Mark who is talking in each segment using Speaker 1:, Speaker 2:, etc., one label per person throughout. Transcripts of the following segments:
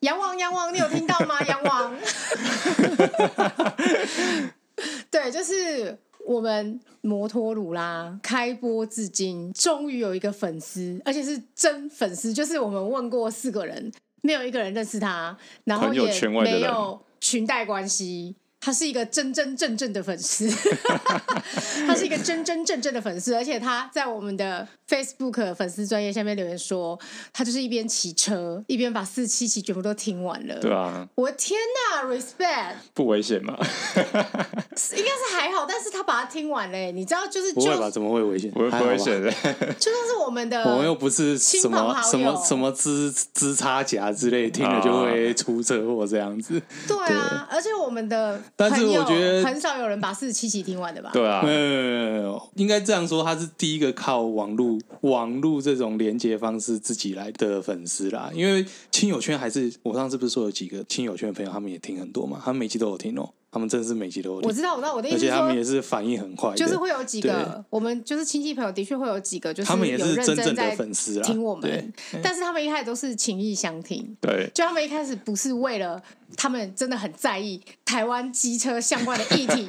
Speaker 1: 杨王，杨王，你有听到 吗？杨王，对，就是我们摩托鲁啦，开播至今，终于有一个粉丝，而且是真粉丝，就是我们问过四个人，没有一个人认识他，然后
Speaker 2: 朋友
Speaker 1: 也
Speaker 2: 圈外的
Speaker 1: 没
Speaker 2: 人
Speaker 1: 有裙带关系。他是一个真真正正的粉 丝，他是一个真真正正的粉丝，而且他在我们的 Facebook 粉丝专业下面留言说，他就是一边骑车一边把四七期全部都听完了。
Speaker 2: 对啊，
Speaker 1: 我的天呐 r e s p e c
Speaker 2: 不危险 嘛？
Speaker 1: t 应该是还好，但是他把它听完嘞，你知道，就是就
Speaker 3: 不会吧？怎么会危险？
Speaker 2: 不会
Speaker 3: 还
Speaker 2: 不
Speaker 3: 好吧
Speaker 2: 危险的。
Speaker 1: 就像是我们的，
Speaker 3: 我们又不是什
Speaker 1: 亲朋
Speaker 3: 么
Speaker 1: 好友
Speaker 3: 什么什么支支叉夹之类，听了就会出车祸这样子。
Speaker 1: 对啊，而且我们的
Speaker 3: 但是
Speaker 1: 朋友
Speaker 3: 我觉得
Speaker 1: 很少有人把四十七期听完的吧？
Speaker 2: 对 啊，
Speaker 3: 呃，应该这样说，他是第一个靠网络网络这种连接方式自己来的粉丝啦。因为亲友圈还是我上次不是说有几个亲友圈的朋友，他们也听很多嘛，他们每集都有听
Speaker 2: 嗯
Speaker 3: 哦、他们真的是每集都有
Speaker 1: 我
Speaker 3: 听，
Speaker 1: 知道，我知道，我的意
Speaker 3: 而
Speaker 1: 思
Speaker 3: 且
Speaker 1: 是
Speaker 3: 他们也
Speaker 1: 说，
Speaker 3: 是反应很快的，
Speaker 1: 就是会有几
Speaker 3: 对
Speaker 1: 个，我们就是亲戚朋友，的确会有几个，就是
Speaker 3: 他们也
Speaker 1: 有
Speaker 3: 是
Speaker 1: 认
Speaker 3: 真正
Speaker 1: 在
Speaker 3: 的粉丝啦。啊
Speaker 1: 听我
Speaker 3: 对
Speaker 1: 们，但是他们一开始都是情意相挺。
Speaker 2: 对，
Speaker 1: 就他们一开始不是为了，他们真的很在意台湾机车相关的议题，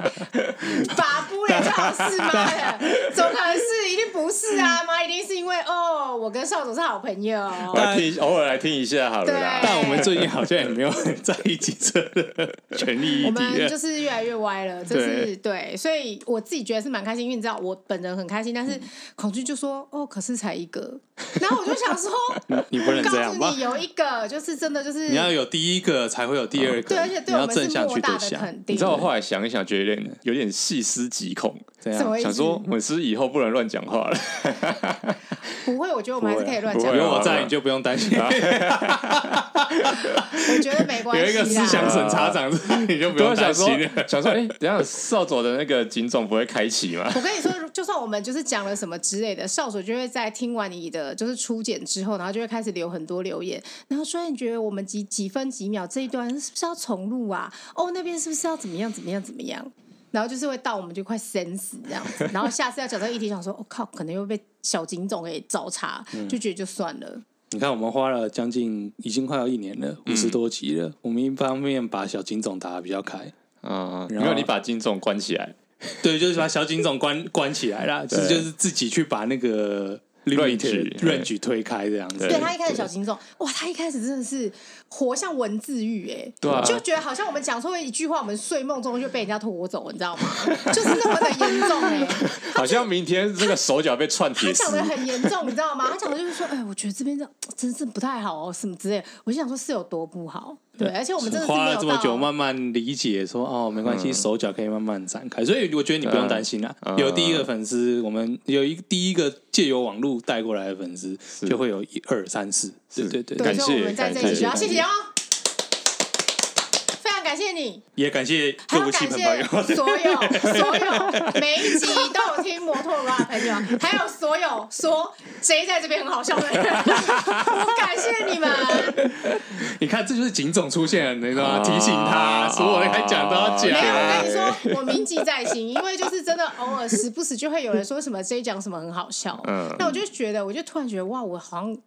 Speaker 1: 把不了就好是妈的，怎么可能是？一定不是啊，妈一定是因为哦，我跟少总是好朋友，
Speaker 2: 我来听，偶尔来听一下好了啦。
Speaker 1: 对啊
Speaker 3: 但我们最近好像也没有很在意机车的
Speaker 2: 权力
Speaker 1: 我
Speaker 2: 一
Speaker 1: 们
Speaker 2: 体，
Speaker 1: 就是越来越歪了，就是对，所以我自己觉得是蛮开心，因为你知道我本人很开心，但是恐惧就说哦，可是才一个，然后我就想说，
Speaker 3: 你不能这
Speaker 1: 告
Speaker 3: 样
Speaker 1: 诉
Speaker 3: 吧
Speaker 1: 你？有一个就是真的就是
Speaker 3: 你要有第一个才会有第二个，
Speaker 1: 对，而且对
Speaker 3: 你
Speaker 1: 我
Speaker 3: 要
Speaker 1: 们是
Speaker 3: 正向
Speaker 1: 莫
Speaker 3: 去
Speaker 1: 大
Speaker 3: 对
Speaker 1: 的
Speaker 3: 象，
Speaker 1: 肯定，
Speaker 2: 你知道我后来想一想，觉得有点有点细思极恐，
Speaker 3: 这
Speaker 1: 什么意
Speaker 3: 样。
Speaker 1: 思
Speaker 2: 想说我是以后不能乱讲话 了。
Speaker 1: 不会，我觉得我们还是可以乱
Speaker 2: 不
Speaker 1: 讲
Speaker 2: 会，
Speaker 3: 有
Speaker 2: 啊
Speaker 3: 我在，你就不用担心。
Speaker 1: 我觉得没关系
Speaker 3: 有
Speaker 1: 啦。
Speaker 3: 一个 思想审查
Speaker 1: 啊
Speaker 3: 长，你就不
Speaker 2: 对，
Speaker 3: 用
Speaker 2: 我想
Speaker 3: 担
Speaker 2: 说
Speaker 3: 心 了。，
Speaker 2: 想说，哎，等一下少佐的那个警总不会开启吗？
Speaker 1: 我跟你说，就算我们就是讲了什么之类的，少佐就会在听完你的就是初检之后，然后就会开始留很多留言，然后说你觉得我们几几分几秒这一段是不是要重录啊？哦，那边是不是要怎么样怎么样怎么样？然后就是会到我们就快生死这样子，然后下次要讲到议题，想说我、哦靠，可能又被小警总给找茬，
Speaker 3: 嗯
Speaker 1: 就觉得就算了。
Speaker 3: 你看，我们花了将近已经快要一年了，五十多集了。我们一方面把小警总打得比较开，
Speaker 2: 啊，
Speaker 3: 然
Speaker 2: 没有，
Speaker 3: 后
Speaker 2: 你把警总关起来，
Speaker 3: 对，就是把小警总关关起来啦，就是
Speaker 2: 对
Speaker 3: 就是自己去把那个
Speaker 2: Range，对
Speaker 3: range 推开这样子。
Speaker 1: 对他一开始小警总，哇，他一开始真的是活像文字狱哎、
Speaker 2: 对啊
Speaker 1: 就觉得好像我们讲错一句话，我们睡梦中就被人家拖走，你知道吗？就是那么的严重哎、
Speaker 2: 好像明天这个手脚被串
Speaker 1: 他
Speaker 2: 铁丝
Speaker 1: 讲，的很严重，你知道吗？他讲的就是说，哎，我觉得这边这样真是不太好哦，什么之类的。我就想说是有多不好，对，而且我们真的是
Speaker 3: 花
Speaker 1: 没
Speaker 3: 了
Speaker 1: 有
Speaker 3: 这么久，
Speaker 1: 到。
Speaker 3: 慢慢理解说哦，没关系，手脚可以慢慢展开，所以我觉得你不用担心啦。
Speaker 2: 嗯
Speaker 3: 有第一个粉丝，我们有一第一个借由网络带过来的粉丝，就会有一二三四，对对对，
Speaker 1: 对，
Speaker 2: 感
Speaker 1: 所以我们
Speaker 2: 谢
Speaker 1: 在这
Speaker 2: 感
Speaker 1: 里
Speaker 2: 谢
Speaker 1: 需要谢谢杨王，非常感谢你。
Speaker 3: 也感谢
Speaker 1: 还要
Speaker 3: 各位
Speaker 1: 感
Speaker 3: 亲朋好友。
Speaker 1: 谢所有所 有每一集都有听摩托罗拉的朋友，还有所有说谁在这边很好笑的 人，我感谢你们。
Speaker 3: 你看，这就是警总出现了，你知道吗？
Speaker 2: 啊
Speaker 3: 提醒他，所有人该讲都要
Speaker 1: 没有，
Speaker 3: 讲。
Speaker 1: 我跟你说，我铭记在心，因为就是真的偶尔时不时就会有人说什么谁讲什么很好笑，
Speaker 2: 嗯
Speaker 1: 那我就觉得，我就突然觉得哇，我好像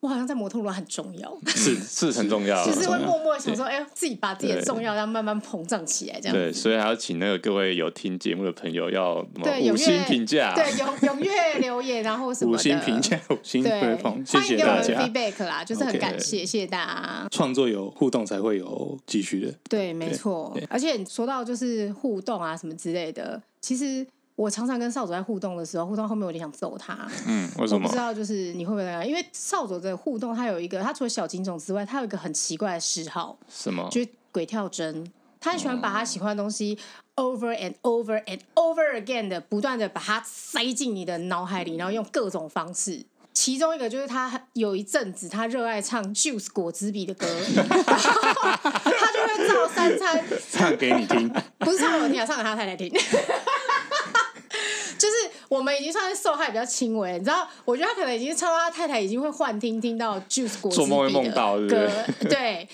Speaker 1: 我好像在摩托罗拉很重要，
Speaker 2: 是是很啊重要，
Speaker 1: 就是会默默 想说，哎、自己把自己的重要要慢慢膨胀起来，这样。
Speaker 2: 对，所以还要请那个各位有听节目的朋友要什么
Speaker 1: 对，踊跃
Speaker 2: 五星评价，
Speaker 1: 对，踊踊跃留言，然后什么
Speaker 3: 五
Speaker 1: 的
Speaker 3: 星评价，五星
Speaker 1: 对
Speaker 3: 吹，捧，谢
Speaker 1: 欢迎
Speaker 3: 谢
Speaker 1: 给我
Speaker 3: 大
Speaker 1: 们
Speaker 3: 家。
Speaker 1: feedback 啦，就是很
Speaker 3: OK
Speaker 1: 感谢，谢谢大家。
Speaker 3: 创作有互动才会有继续的。
Speaker 1: 对，没错。而且你说到就是互动啊什么之类的，其实我常常跟少佐在互动的时候，互动后面我就想揍他。
Speaker 2: 嗯，为
Speaker 1: 我
Speaker 2: 什
Speaker 1: 不
Speaker 2: 么
Speaker 1: 知？道就是你会不会那样，因为少佐的互动，他有一个，他除了小警种之外，他有一个很奇怪的嗜好，
Speaker 2: 什么？
Speaker 1: 就是鬼跳针。他很喜欢把他喜欢的东西 over and over and over again 的不断的把它塞进你的脑海里，然后用各种方式。其中一个就是他有一阵子他热爱唱 Juice 果汁比的歌， 然后他就会照三餐
Speaker 3: 唱给你听，
Speaker 1: 不是唱给我听啊，唱给他太太听。 就是我们已经算是受害比较轻微，你知道？我觉得他可能已经唱到他太太已经会幻听听到 Juice 果汁
Speaker 2: 做梦会
Speaker 1: 比的
Speaker 2: 梦到对不
Speaker 1: 歌
Speaker 2: 对，
Speaker 1: 对。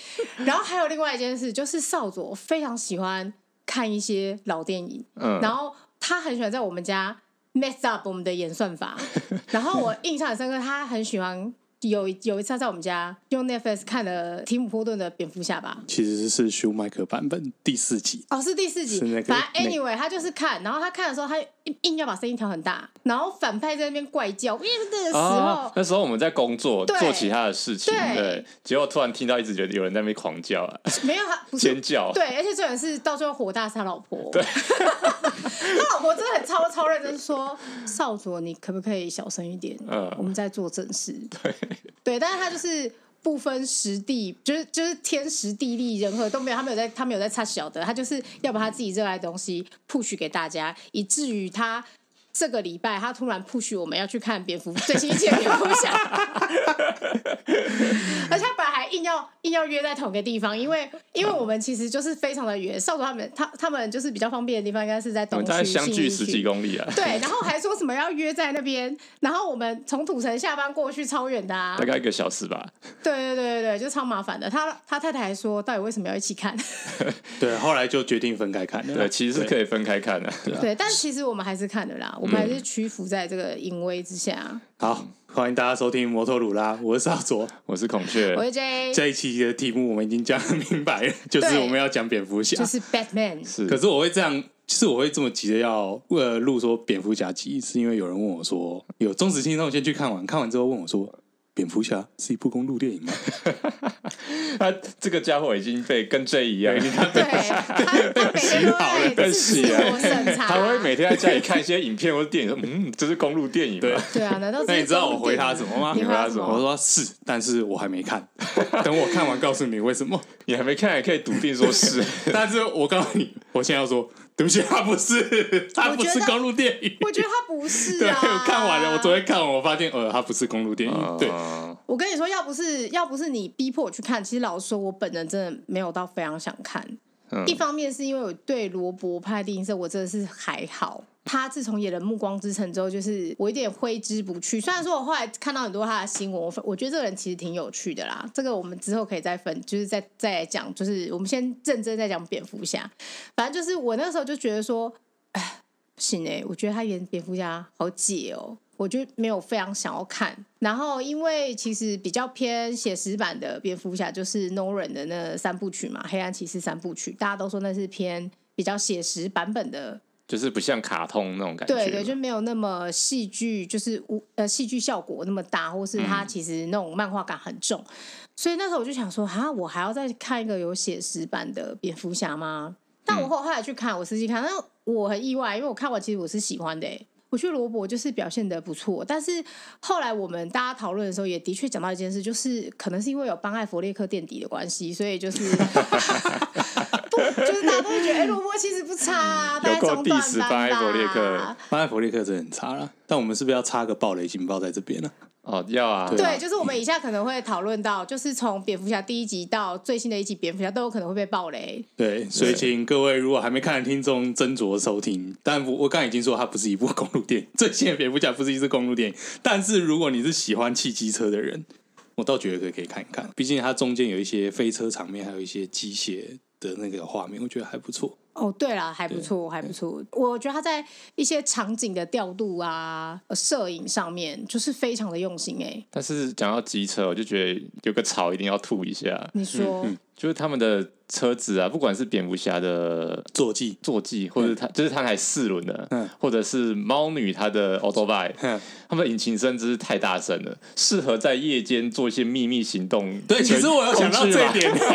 Speaker 1: 然后还有另外一件事，就是少佐非常喜欢看一些老电影，
Speaker 2: 嗯，
Speaker 1: 然后他很喜欢在 我们家 mess up 我们的演算法。然后我印象很深刻，他很喜欢有一有一次他在我们家用 Netflix 看了提姆波顿的蝙蝠侠吧。
Speaker 3: 其实是休麦克版本第四集，
Speaker 1: 哦，是第四集
Speaker 3: 是那。个
Speaker 1: 反正
Speaker 3: 那
Speaker 1: anyway，他就是看，然后他看的时候，他硬硬要把声音调很大，然后反派在那边怪叫，因为那个时候
Speaker 3: 哦
Speaker 2: 啊，那时候我们在工作，
Speaker 1: 对
Speaker 2: 做其他的事情，
Speaker 1: 对
Speaker 2: 对，结果突然听到一直觉得有人在那边狂叫啊，
Speaker 1: 没有他不是
Speaker 2: 尖叫，啊
Speaker 1: 对，而且重点是到最后火大是他老婆。对， 他老婆真的很超超认真说：“少佐，你可不可以小声一点？
Speaker 2: 嗯
Speaker 1: 我们在做正事。”对，但是他就是。不分时地，就是就是天时地利人和都没有，他没有在，他没有在差小的，他就是要把他自己热爱的东西 push 给大家，以至于他这个礼拜他突然 push 我们要去看蝙蝠最新一期的蝙蝠侠， 而且他本来还硬要硬要约在同一个地方，因为因为我们其实就是非常的远，少佐他们他他们就是比较方便的地方，应该是在
Speaker 2: 我
Speaker 1: 东
Speaker 2: 们
Speaker 1: 区
Speaker 2: 大概相距十几。
Speaker 1: 信义区
Speaker 2: 公里啊，
Speaker 1: 对，然后还说什么要约在那边，然后我们从土城下班过去超远的啊
Speaker 2: 大，概一个小时吧。
Speaker 1: 对对对对对，就超麻烦的。他他太太还说，到底为什么要一起看？
Speaker 3: 对，后来就决定分开看了。
Speaker 2: 对，其实是可以分开看的。
Speaker 1: 对，但其实我们还是看的啦，
Speaker 2: 嗯
Speaker 1: 我们还是屈服在这个淫威之下。
Speaker 3: 好，欢迎大家收听摩托鲁拉，我是少 佐。
Speaker 2: 我是孔雀
Speaker 1: 我，是 J，
Speaker 2: 啊
Speaker 3: 这一期的题目我们已经讲得明白 了，就是我们要讲蝙蝠侠。
Speaker 1: 就是 Batman。
Speaker 2: 是
Speaker 3: 可是我会这样，其实我会这么急着要呃录说蝙蝠侠集，是因为有人问我说，有忠实听众先去看完，看完之后问我说，蝙蝠侠是一部公路电 影吗？
Speaker 2: 他这个家伙已经被跟 J 一样，
Speaker 1: 对，他他每天都在
Speaker 2: 被
Speaker 1: 自
Speaker 2: 洗
Speaker 1: 我
Speaker 2: 了
Speaker 1: 审查，
Speaker 2: 他会每天在家里看一些影片或者电影，说嗯，这是公路电影
Speaker 3: 对
Speaker 2: 吗？
Speaker 1: 对啊，难道
Speaker 3: 那你知道我回他什么吗？
Speaker 1: 你回他什么
Speaker 3: 我说是，但是我还没看， 等我看完告诉你为什 么。
Speaker 2: 你还没看，也可以笃定说是。
Speaker 3: 但是我告诉你，我现在要说，对不起，他不是，他不
Speaker 1: 我觉
Speaker 3: 是
Speaker 1: 得
Speaker 3: 公路电影。
Speaker 1: 我觉得他不是
Speaker 3: 对，
Speaker 1: 啊。
Speaker 3: 我看完了，我昨天看完，我发现呃，他不是公路电影。对，
Speaker 2: 嗯
Speaker 1: 我跟你说，要不是要不是你逼迫我去看，其实老实说，我本人真的没有到非常想看。
Speaker 2: 嗯
Speaker 1: 一方面是因为我对罗伯派丁森我真的是还好，他自从演了《暮光之城》之后，就是我有点挥之不去。虽然说我后来看到很多他的新闻，我我觉得这个人其实挺有趣的啦。这个我们之后可以再分，就是再再来讲，就是我们先认真再讲蝙蝠侠。反正就是我那时候就觉得说，不行哎、我觉得他演蝙蝠侠好解哦，我就没有非常想要看。然后因为其实比较偏写实版的蝙蝠侠就是 Nolan 的那三部曲嘛，黑暗骑士三部曲，大家都说那是偏比较写实版本的
Speaker 2: 就是不像卡通那种感觉。
Speaker 1: 对对，就没有那么戏剧，就是无呃戏剧效果那么大，或是
Speaker 2: 嗯
Speaker 1: 它其实那种漫画感很重。所以那时候我就想说，哈，我还要再看一个有写实版的蝙蝠侠吗？但
Speaker 2: 嗯
Speaker 1: 我后后来去看，我实际看，但我很意外，因为我看完其实我是喜欢的、欸。我觉得罗伯就是表现的不错，但是后来我们大家讨论的时候，也的确讲到一件事，就是可能是因为有帮艾弗列克垫底的关系，所以就是 不就是大家都会觉得，哎、罗伯其实不差啊，大概
Speaker 2: 有够
Speaker 1: 中段
Speaker 2: diss
Speaker 1: 班吧。
Speaker 2: 帮艾弗列克
Speaker 3: 巴艾弗利克真的很差了，但我们是不是要插个暴雷警报在这边呢、
Speaker 2: 哦，要啊，
Speaker 3: 对啊
Speaker 1: 对，就是我们以下可能会讨论到，就是从蝙蝠侠第一集到最新的一集蝙蝠侠都有可能会被爆雷。
Speaker 3: 对，所以请各位如果还没看的听众斟酌收听。但我我刚才已经说它不是一部公路电影， 最新的蝙蝠侠不是一部公路电影。但是如果你是喜欢汽机车的人，我倒觉得可以可以看一看，毕竟它中间有一些飞车场面，还有一些机械的那个画面，我觉得还不错。
Speaker 1: 哦，对了，还不错，还不错。我觉得他在一些场景的调度啊、呃摄影上面，就是非常的用心哎、
Speaker 2: 但是讲到机车，我就觉得有个槽一定要吐一下，
Speaker 1: 你说、
Speaker 2: 就是他们的车子啊，不管是蝙蝠侠的
Speaker 3: 坐骑，
Speaker 2: 坐骑，或者他就是他台四轮的，
Speaker 3: 嗯
Speaker 2: 或者是猫女她的 auto bike，
Speaker 3: 哼
Speaker 2: 他们的引擎声真是太大声了，适合在夜间做一些秘密行动。
Speaker 3: 对，其实我有想到这一
Speaker 2: 工具嘛，
Speaker 3: 点呢、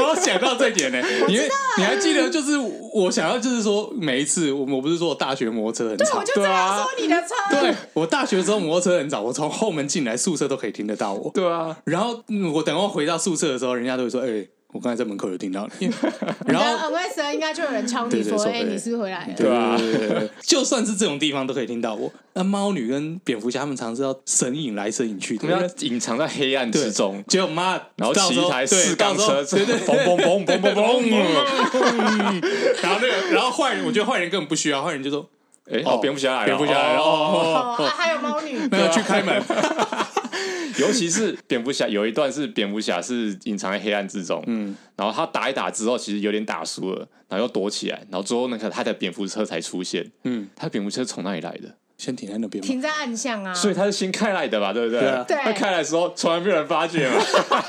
Speaker 3: 我有想到这一点呢、你会你还记
Speaker 2: 啊
Speaker 3: 得，就是我想要，就是说每一次我我不是说我大学摩托车很吵
Speaker 1: 我，就这样
Speaker 2: 啊
Speaker 1: 说你的车，
Speaker 3: 对我大学的时候摩托车很吵，我从后门进来宿舍都可以听得到我。
Speaker 2: 对啊，
Speaker 3: 然后嗯我等会回到宿舍的时候，人家都会说：“哎、我刚才在门口有听到你。”然后
Speaker 1: 后 NS 应该就有人敲你
Speaker 3: 对对
Speaker 1: 说，
Speaker 3: 说
Speaker 1: 哎、
Speaker 3: 对
Speaker 1: 你是不是回来了？
Speaker 2: 对啊
Speaker 3: 对对对对就算是这种地方都可以听到我。那猫女跟蝙蝠侠他们常是要神隐来神隐去
Speaker 2: 他
Speaker 3: 的，
Speaker 2: 们要隐藏在黑暗之中。
Speaker 3: 结果妈，
Speaker 2: 然后
Speaker 3: 到
Speaker 2: 骑
Speaker 3: 时候
Speaker 2: 一台
Speaker 3: 对
Speaker 2: 四缸
Speaker 3: 到时候
Speaker 2: 车，
Speaker 3: 对对
Speaker 2: 嘣嘣嘣嘣嘣嘣，
Speaker 3: 然后那个，然后坏人，我觉得坏人根本不需要，坏人就说
Speaker 2: 哎，哦，蝙蝠侠来了，
Speaker 3: 蝙蝠侠来了
Speaker 2: 哦，
Speaker 1: 哦，啊还有猫 女，
Speaker 3: 那要去开门。
Speaker 2: 尤其是蝙蝠侠有一段是蝙蝠侠是隐藏在黑暗之中，嗯，然后他打一打之后，其实有点打输了，然后又躲起来，然后最后那个他的蝙蝠车才出现，嗯，他的蝙蝠车从哪里来的？
Speaker 3: 先停在那边嘛。
Speaker 1: 停在暗巷啊，
Speaker 2: 所以他是新开来的吧，对不对？
Speaker 3: 对啊
Speaker 1: 对
Speaker 2: 他开来的时候从来没有人发觉嘛，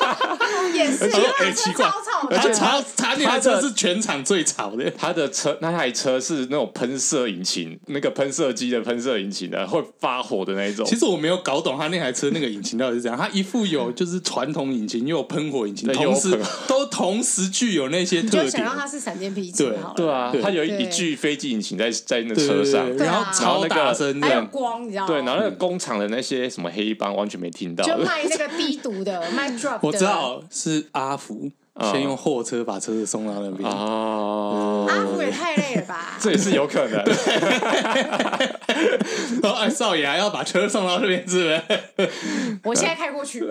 Speaker 1: 也是，
Speaker 2: 而
Speaker 1: 因
Speaker 2: 且
Speaker 1: 为
Speaker 2: 哎
Speaker 1: 他
Speaker 2: 奇
Speaker 1: 车
Speaker 2: 怪
Speaker 1: 超吵的，
Speaker 2: 而且
Speaker 3: 查查你的车是全场最吵的，
Speaker 2: 他的车那台车是那种喷射引擎，那个喷射机的喷射引擎的，会发火的那一种。
Speaker 3: 其实我没有搞懂他那台车那个引擎到底是怎样，他一副有就是传统引擎，又有喷火引擎，
Speaker 2: 对
Speaker 3: 同时
Speaker 2: 又有喷
Speaker 3: 都同时具有那些
Speaker 1: 你就
Speaker 3: 特
Speaker 1: 想
Speaker 3: 点
Speaker 1: 让，他是闪电霹雳好了，
Speaker 2: 对啊
Speaker 3: 对，
Speaker 2: 他有一
Speaker 1: 对
Speaker 2: 一具飞机引擎在在那
Speaker 3: 对
Speaker 2: 车上，
Speaker 3: 对嗯
Speaker 1: 对
Speaker 3: 然
Speaker 1: 啊哎
Speaker 3: 后超大声
Speaker 1: 还有
Speaker 3: 的，
Speaker 1: 光，你知道吗？
Speaker 2: 对，然后那个工厂的那些什么黑帮完全没听到，
Speaker 1: 就卖那个低毒的，卖 drug，的
Speaker 3: 我知。道
Speaker 1: 啊
Speaker 3: 是阿福
Speaker 2: 啊
Speaker 3: 先用货车把车子送到那边，
Speaker 2: 哦，
Speaker 1: 阿福也啊太累了吧？
Speaker 2: 这也是有可能。
Speaker 3: 然后哎少爷还要把车送到这边，是不是？
Speaker 1: 我现在开过 去，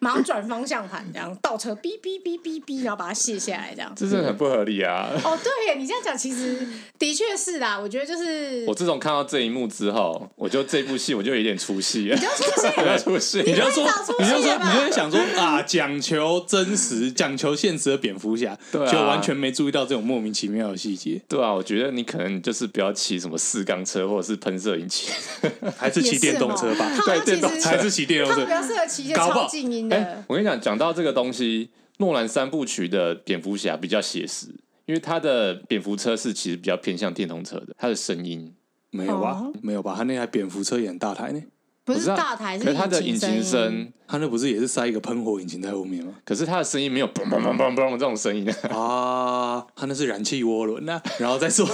Speaker 1: 马上转方向盘，这样倒车，哔哔哔哔哔，然后把它卸下来，这样。
Speaker 2: 这真的很不合理啊！
Speaker 1: 哦，对耶，你这样讲其实的确是啦，我觉得就是
Speaker 2: 我自从看到这一幕之后，我就这部戏我就有点出戏了，
Speaker 1: 你就出 现
Speaker 2: 有点
Speaker 1: 了，
Speaker 2: 出戏。
Speaker 3: 你就
Speaker 1: 太
Speaker 3: 说
Speaker 1: 早出，
Speaker 3: 你就
Speaker 1: 现
Speaker 3: 说，
Speaker 1: 了吧
Speaker 3: 你就会想说啊，讲求真实、讲求现实的蝙蝠侠，
Speaker 2: 对啊
Speaker 3: 就完全没注意到这种莫名其妙的细节，
Speaker 2: 对啊，我觉得你可能就是不要骑什么四缸车或者是喷射引擎。
Speaker 3: 还是
Speaker 1: 也
Speaker 3: 骑
Speaker 1: 是
Speaker 3: 电动车吧
Speaker 1: 哦，他
Speaker 2: 对
Speaker 1: 他其实
Speaker 2: 电动车
Speaker 3: 还是骑电动
Speaker 1: 他
Speaker 3: 车
Speaker 1: 比。较适合骑一些
Speaker 3: 搞不好
Speaker 1: 超静音
Speaker 2: 哎、
Speaker 1: 的，
Speaker 2: 我跟你讲，讲到这个东西，诺兰三部曲的蝙蝠侠比较写实，因为他的蝙蝠车是其实比较偏向电动车的，它的声音。
Speaker 3: 没有吧
Speaker 1: 哦？
Speaker 3: 没有吧？他那台蝙蝠车也很大台呢，
Speaker 1: 不
Speaker 2: 我
Speaker 1: 是
Speaker 2: 知道
Speaker 1: 大台，
Speaker 2: 可是它的引擎
Speaker 1: 声。
Speaker 2: 声，
Speaker 3: 他那不是也是塞一个喷火引擎在后面吗？
Speaker 2: 可是它的声音没有嘣嘣嘣嘣嘣这种声音。
Speaker 3: 啊，他那是燃气涡轮呐、 然后 再说，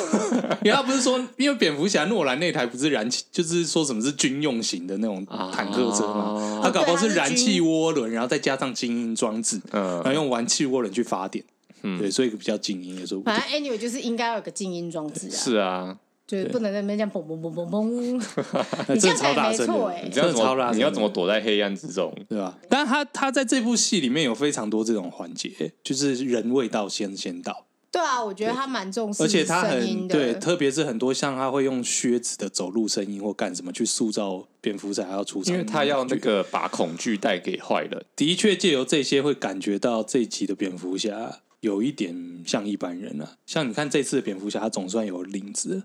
Speaker 3: 因为他不是说，因为蝙蝠侠诺兰那台不是燃气，就是说什么是军用型的那种坦克车
Speaker 2: 啊，
Speaker 3: 嘛他搞不好是
Speaker 1: 对它是
Speaker 3: 燃
Speaker 1: 军
Speaker 3: 气涡轮，然后再加上精英装置，然后
Speaker 2: 嗯，
Speaker 3: 用燃气涡轮去发电，
Speaker 2: 嗯
Speaker 3: 对，所以比较精英，也说不定
Speaker 1: 反正 anyway 就是应该要有个静音装置啊，
Speaker 2: 是啊，
Speaker 1: 就是不能在那边这样嘣嘣嘣嘣嘣。
Speaker 3: 那
Speaker 1: 你
Speaker 3: 真
Speaker 1: 这
Speaker 3: 的
Speaker 1: 样
Speaker 3: 超大
Speaker 1: 讲也没
Speaker 3: 声
Speaker 1: 错
Speaker 3: 的
Speaker 1: 哎，
Speaker 2: 你
Speaker 3: 真
Speaker 2: 要
Speaker 3: 的
Speaker 2: 怎
Speaker 3: 超大
Speaker 2: 么
Speaker 3: 声，
Speaker 2: 你要怎么？躲在黑暗之中？
Speaker 3: 对吧？但他他在这部戏里面有非常多这种环节，就是人未到先先到，
Speaker 1: 对啊，我觉得他蛮重视
Speaker 3: 而且他
Speaker 1: 声音
Speaker 3: 很对，
Speaker 1: 的，
Speaker 3: 特别是很多像他会用靴子的走路声音或干什么去塑造蝙蝠侠要出场
Speaker 2: 因为
Speaker 3: 的感觉，
Speaker 2: 他要那个把恐惧带给坏人。
Speaker 3: 的确借由这些会感觉到这一集的蝙蝠侠有一点像一般人啊，像你看这次的蝙蝠侠，他总算有领子了，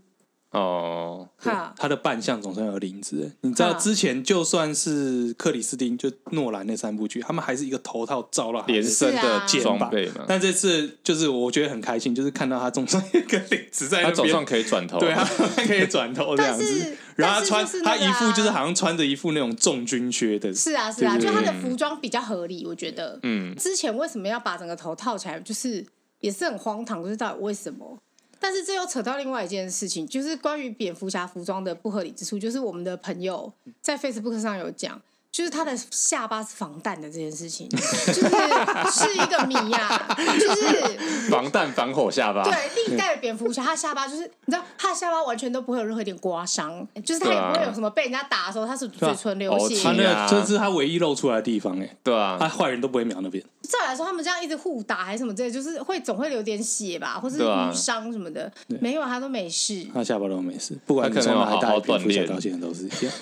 Speaker 2: 哦，
Speaker 1: 哈，
Speaker 3: 他的扮相总算有领子了。你知道
Speaker 1: 哈
Speaker 3: 之前就算是克里斯汀就诺兰那三部曲，他们还是一个头套罩了
Speaker 2: 连
Speaker 3: 身
Speaker 2: 身的
Speaker 1: 是啊
Speaker 3: 肩
Speaker 2: 装
Speaker 3: 膀
Speaker 2: 备嘛，
Speaker 3: 但这次就是我觉得很开心，就是看到他总算有一个领子在那
Speaker 2: 他
Speaker 3: 边，
Speaker 2: 总算可以转头。
Speaker 3: 对啊， 他可以转头这样
Speaker 1: 但
Speaker 3: 子
Speaker 1: 是。
Speaker 3: 然后他
Speaker 1: 但
Speaker 3: 穿
Speaker 1: 是就是那
Speaker 3: 他
Speaker 1: 个
Speaker 3: 一副就是
Speaker 1: 啊
Speaker 3: 好像穿着一副那种重军靴的，
Speaker 1: 是啊是啊，就
Speaker 3: 对对
Speaker 1: 他的
Speaker 2: 对
Speaker 1: 服装比较合理，我觉得。
Speaker 2: 嗯，
Speaker 1: 之前为什么要把整个头套起来，就是也是很荒唐，就是到底为什么？但是这又扯到另外一件事情，就是关于蝙蝠侠服装的不合理之处，就是我们的朋友在 Facebook 上有讲。就是他的下巴是防弹的这件事情，就是是一个谜呀、 就是
Speaker 2: 防弹防火下巴。
Speaker 1: 对历代的蝙蝠侠，他下巴就是你知道，他的下巴完全都不会有任何一点刮伤，就是他也不会有什么被人家打的时候，他是嘴唇流血，
Speaker 3: 他
Speaker 2: 对
Speaker 3: 哦那
Speaker 2: 啊
Speaker 3: 个这是他唯一露出来的地方哎，
Speaker 2: 对啊，
Speaker 3: 他坏人都不会瞄那边。
Speaker 1: 照理来说，他们这样一直互打还是什么之类，就是会总会流点血吧，或是
Speaker 2: 对啊
Speaker 1: 淤伤什么的。没有，啊他都没事。
Speaker 3: 他下巴都没事，不管你
Speaker 2: 他可
Speaker 3: 从
Speaker 2: 能有
Speaker 3: 哪里
Speaker 2: 好
Speaker 3: 大
Speaker 2: 好
Speaker 3: 蝙蝠侠
Speaker 2: 锻炼
Speaker 3: 到现在都是一样。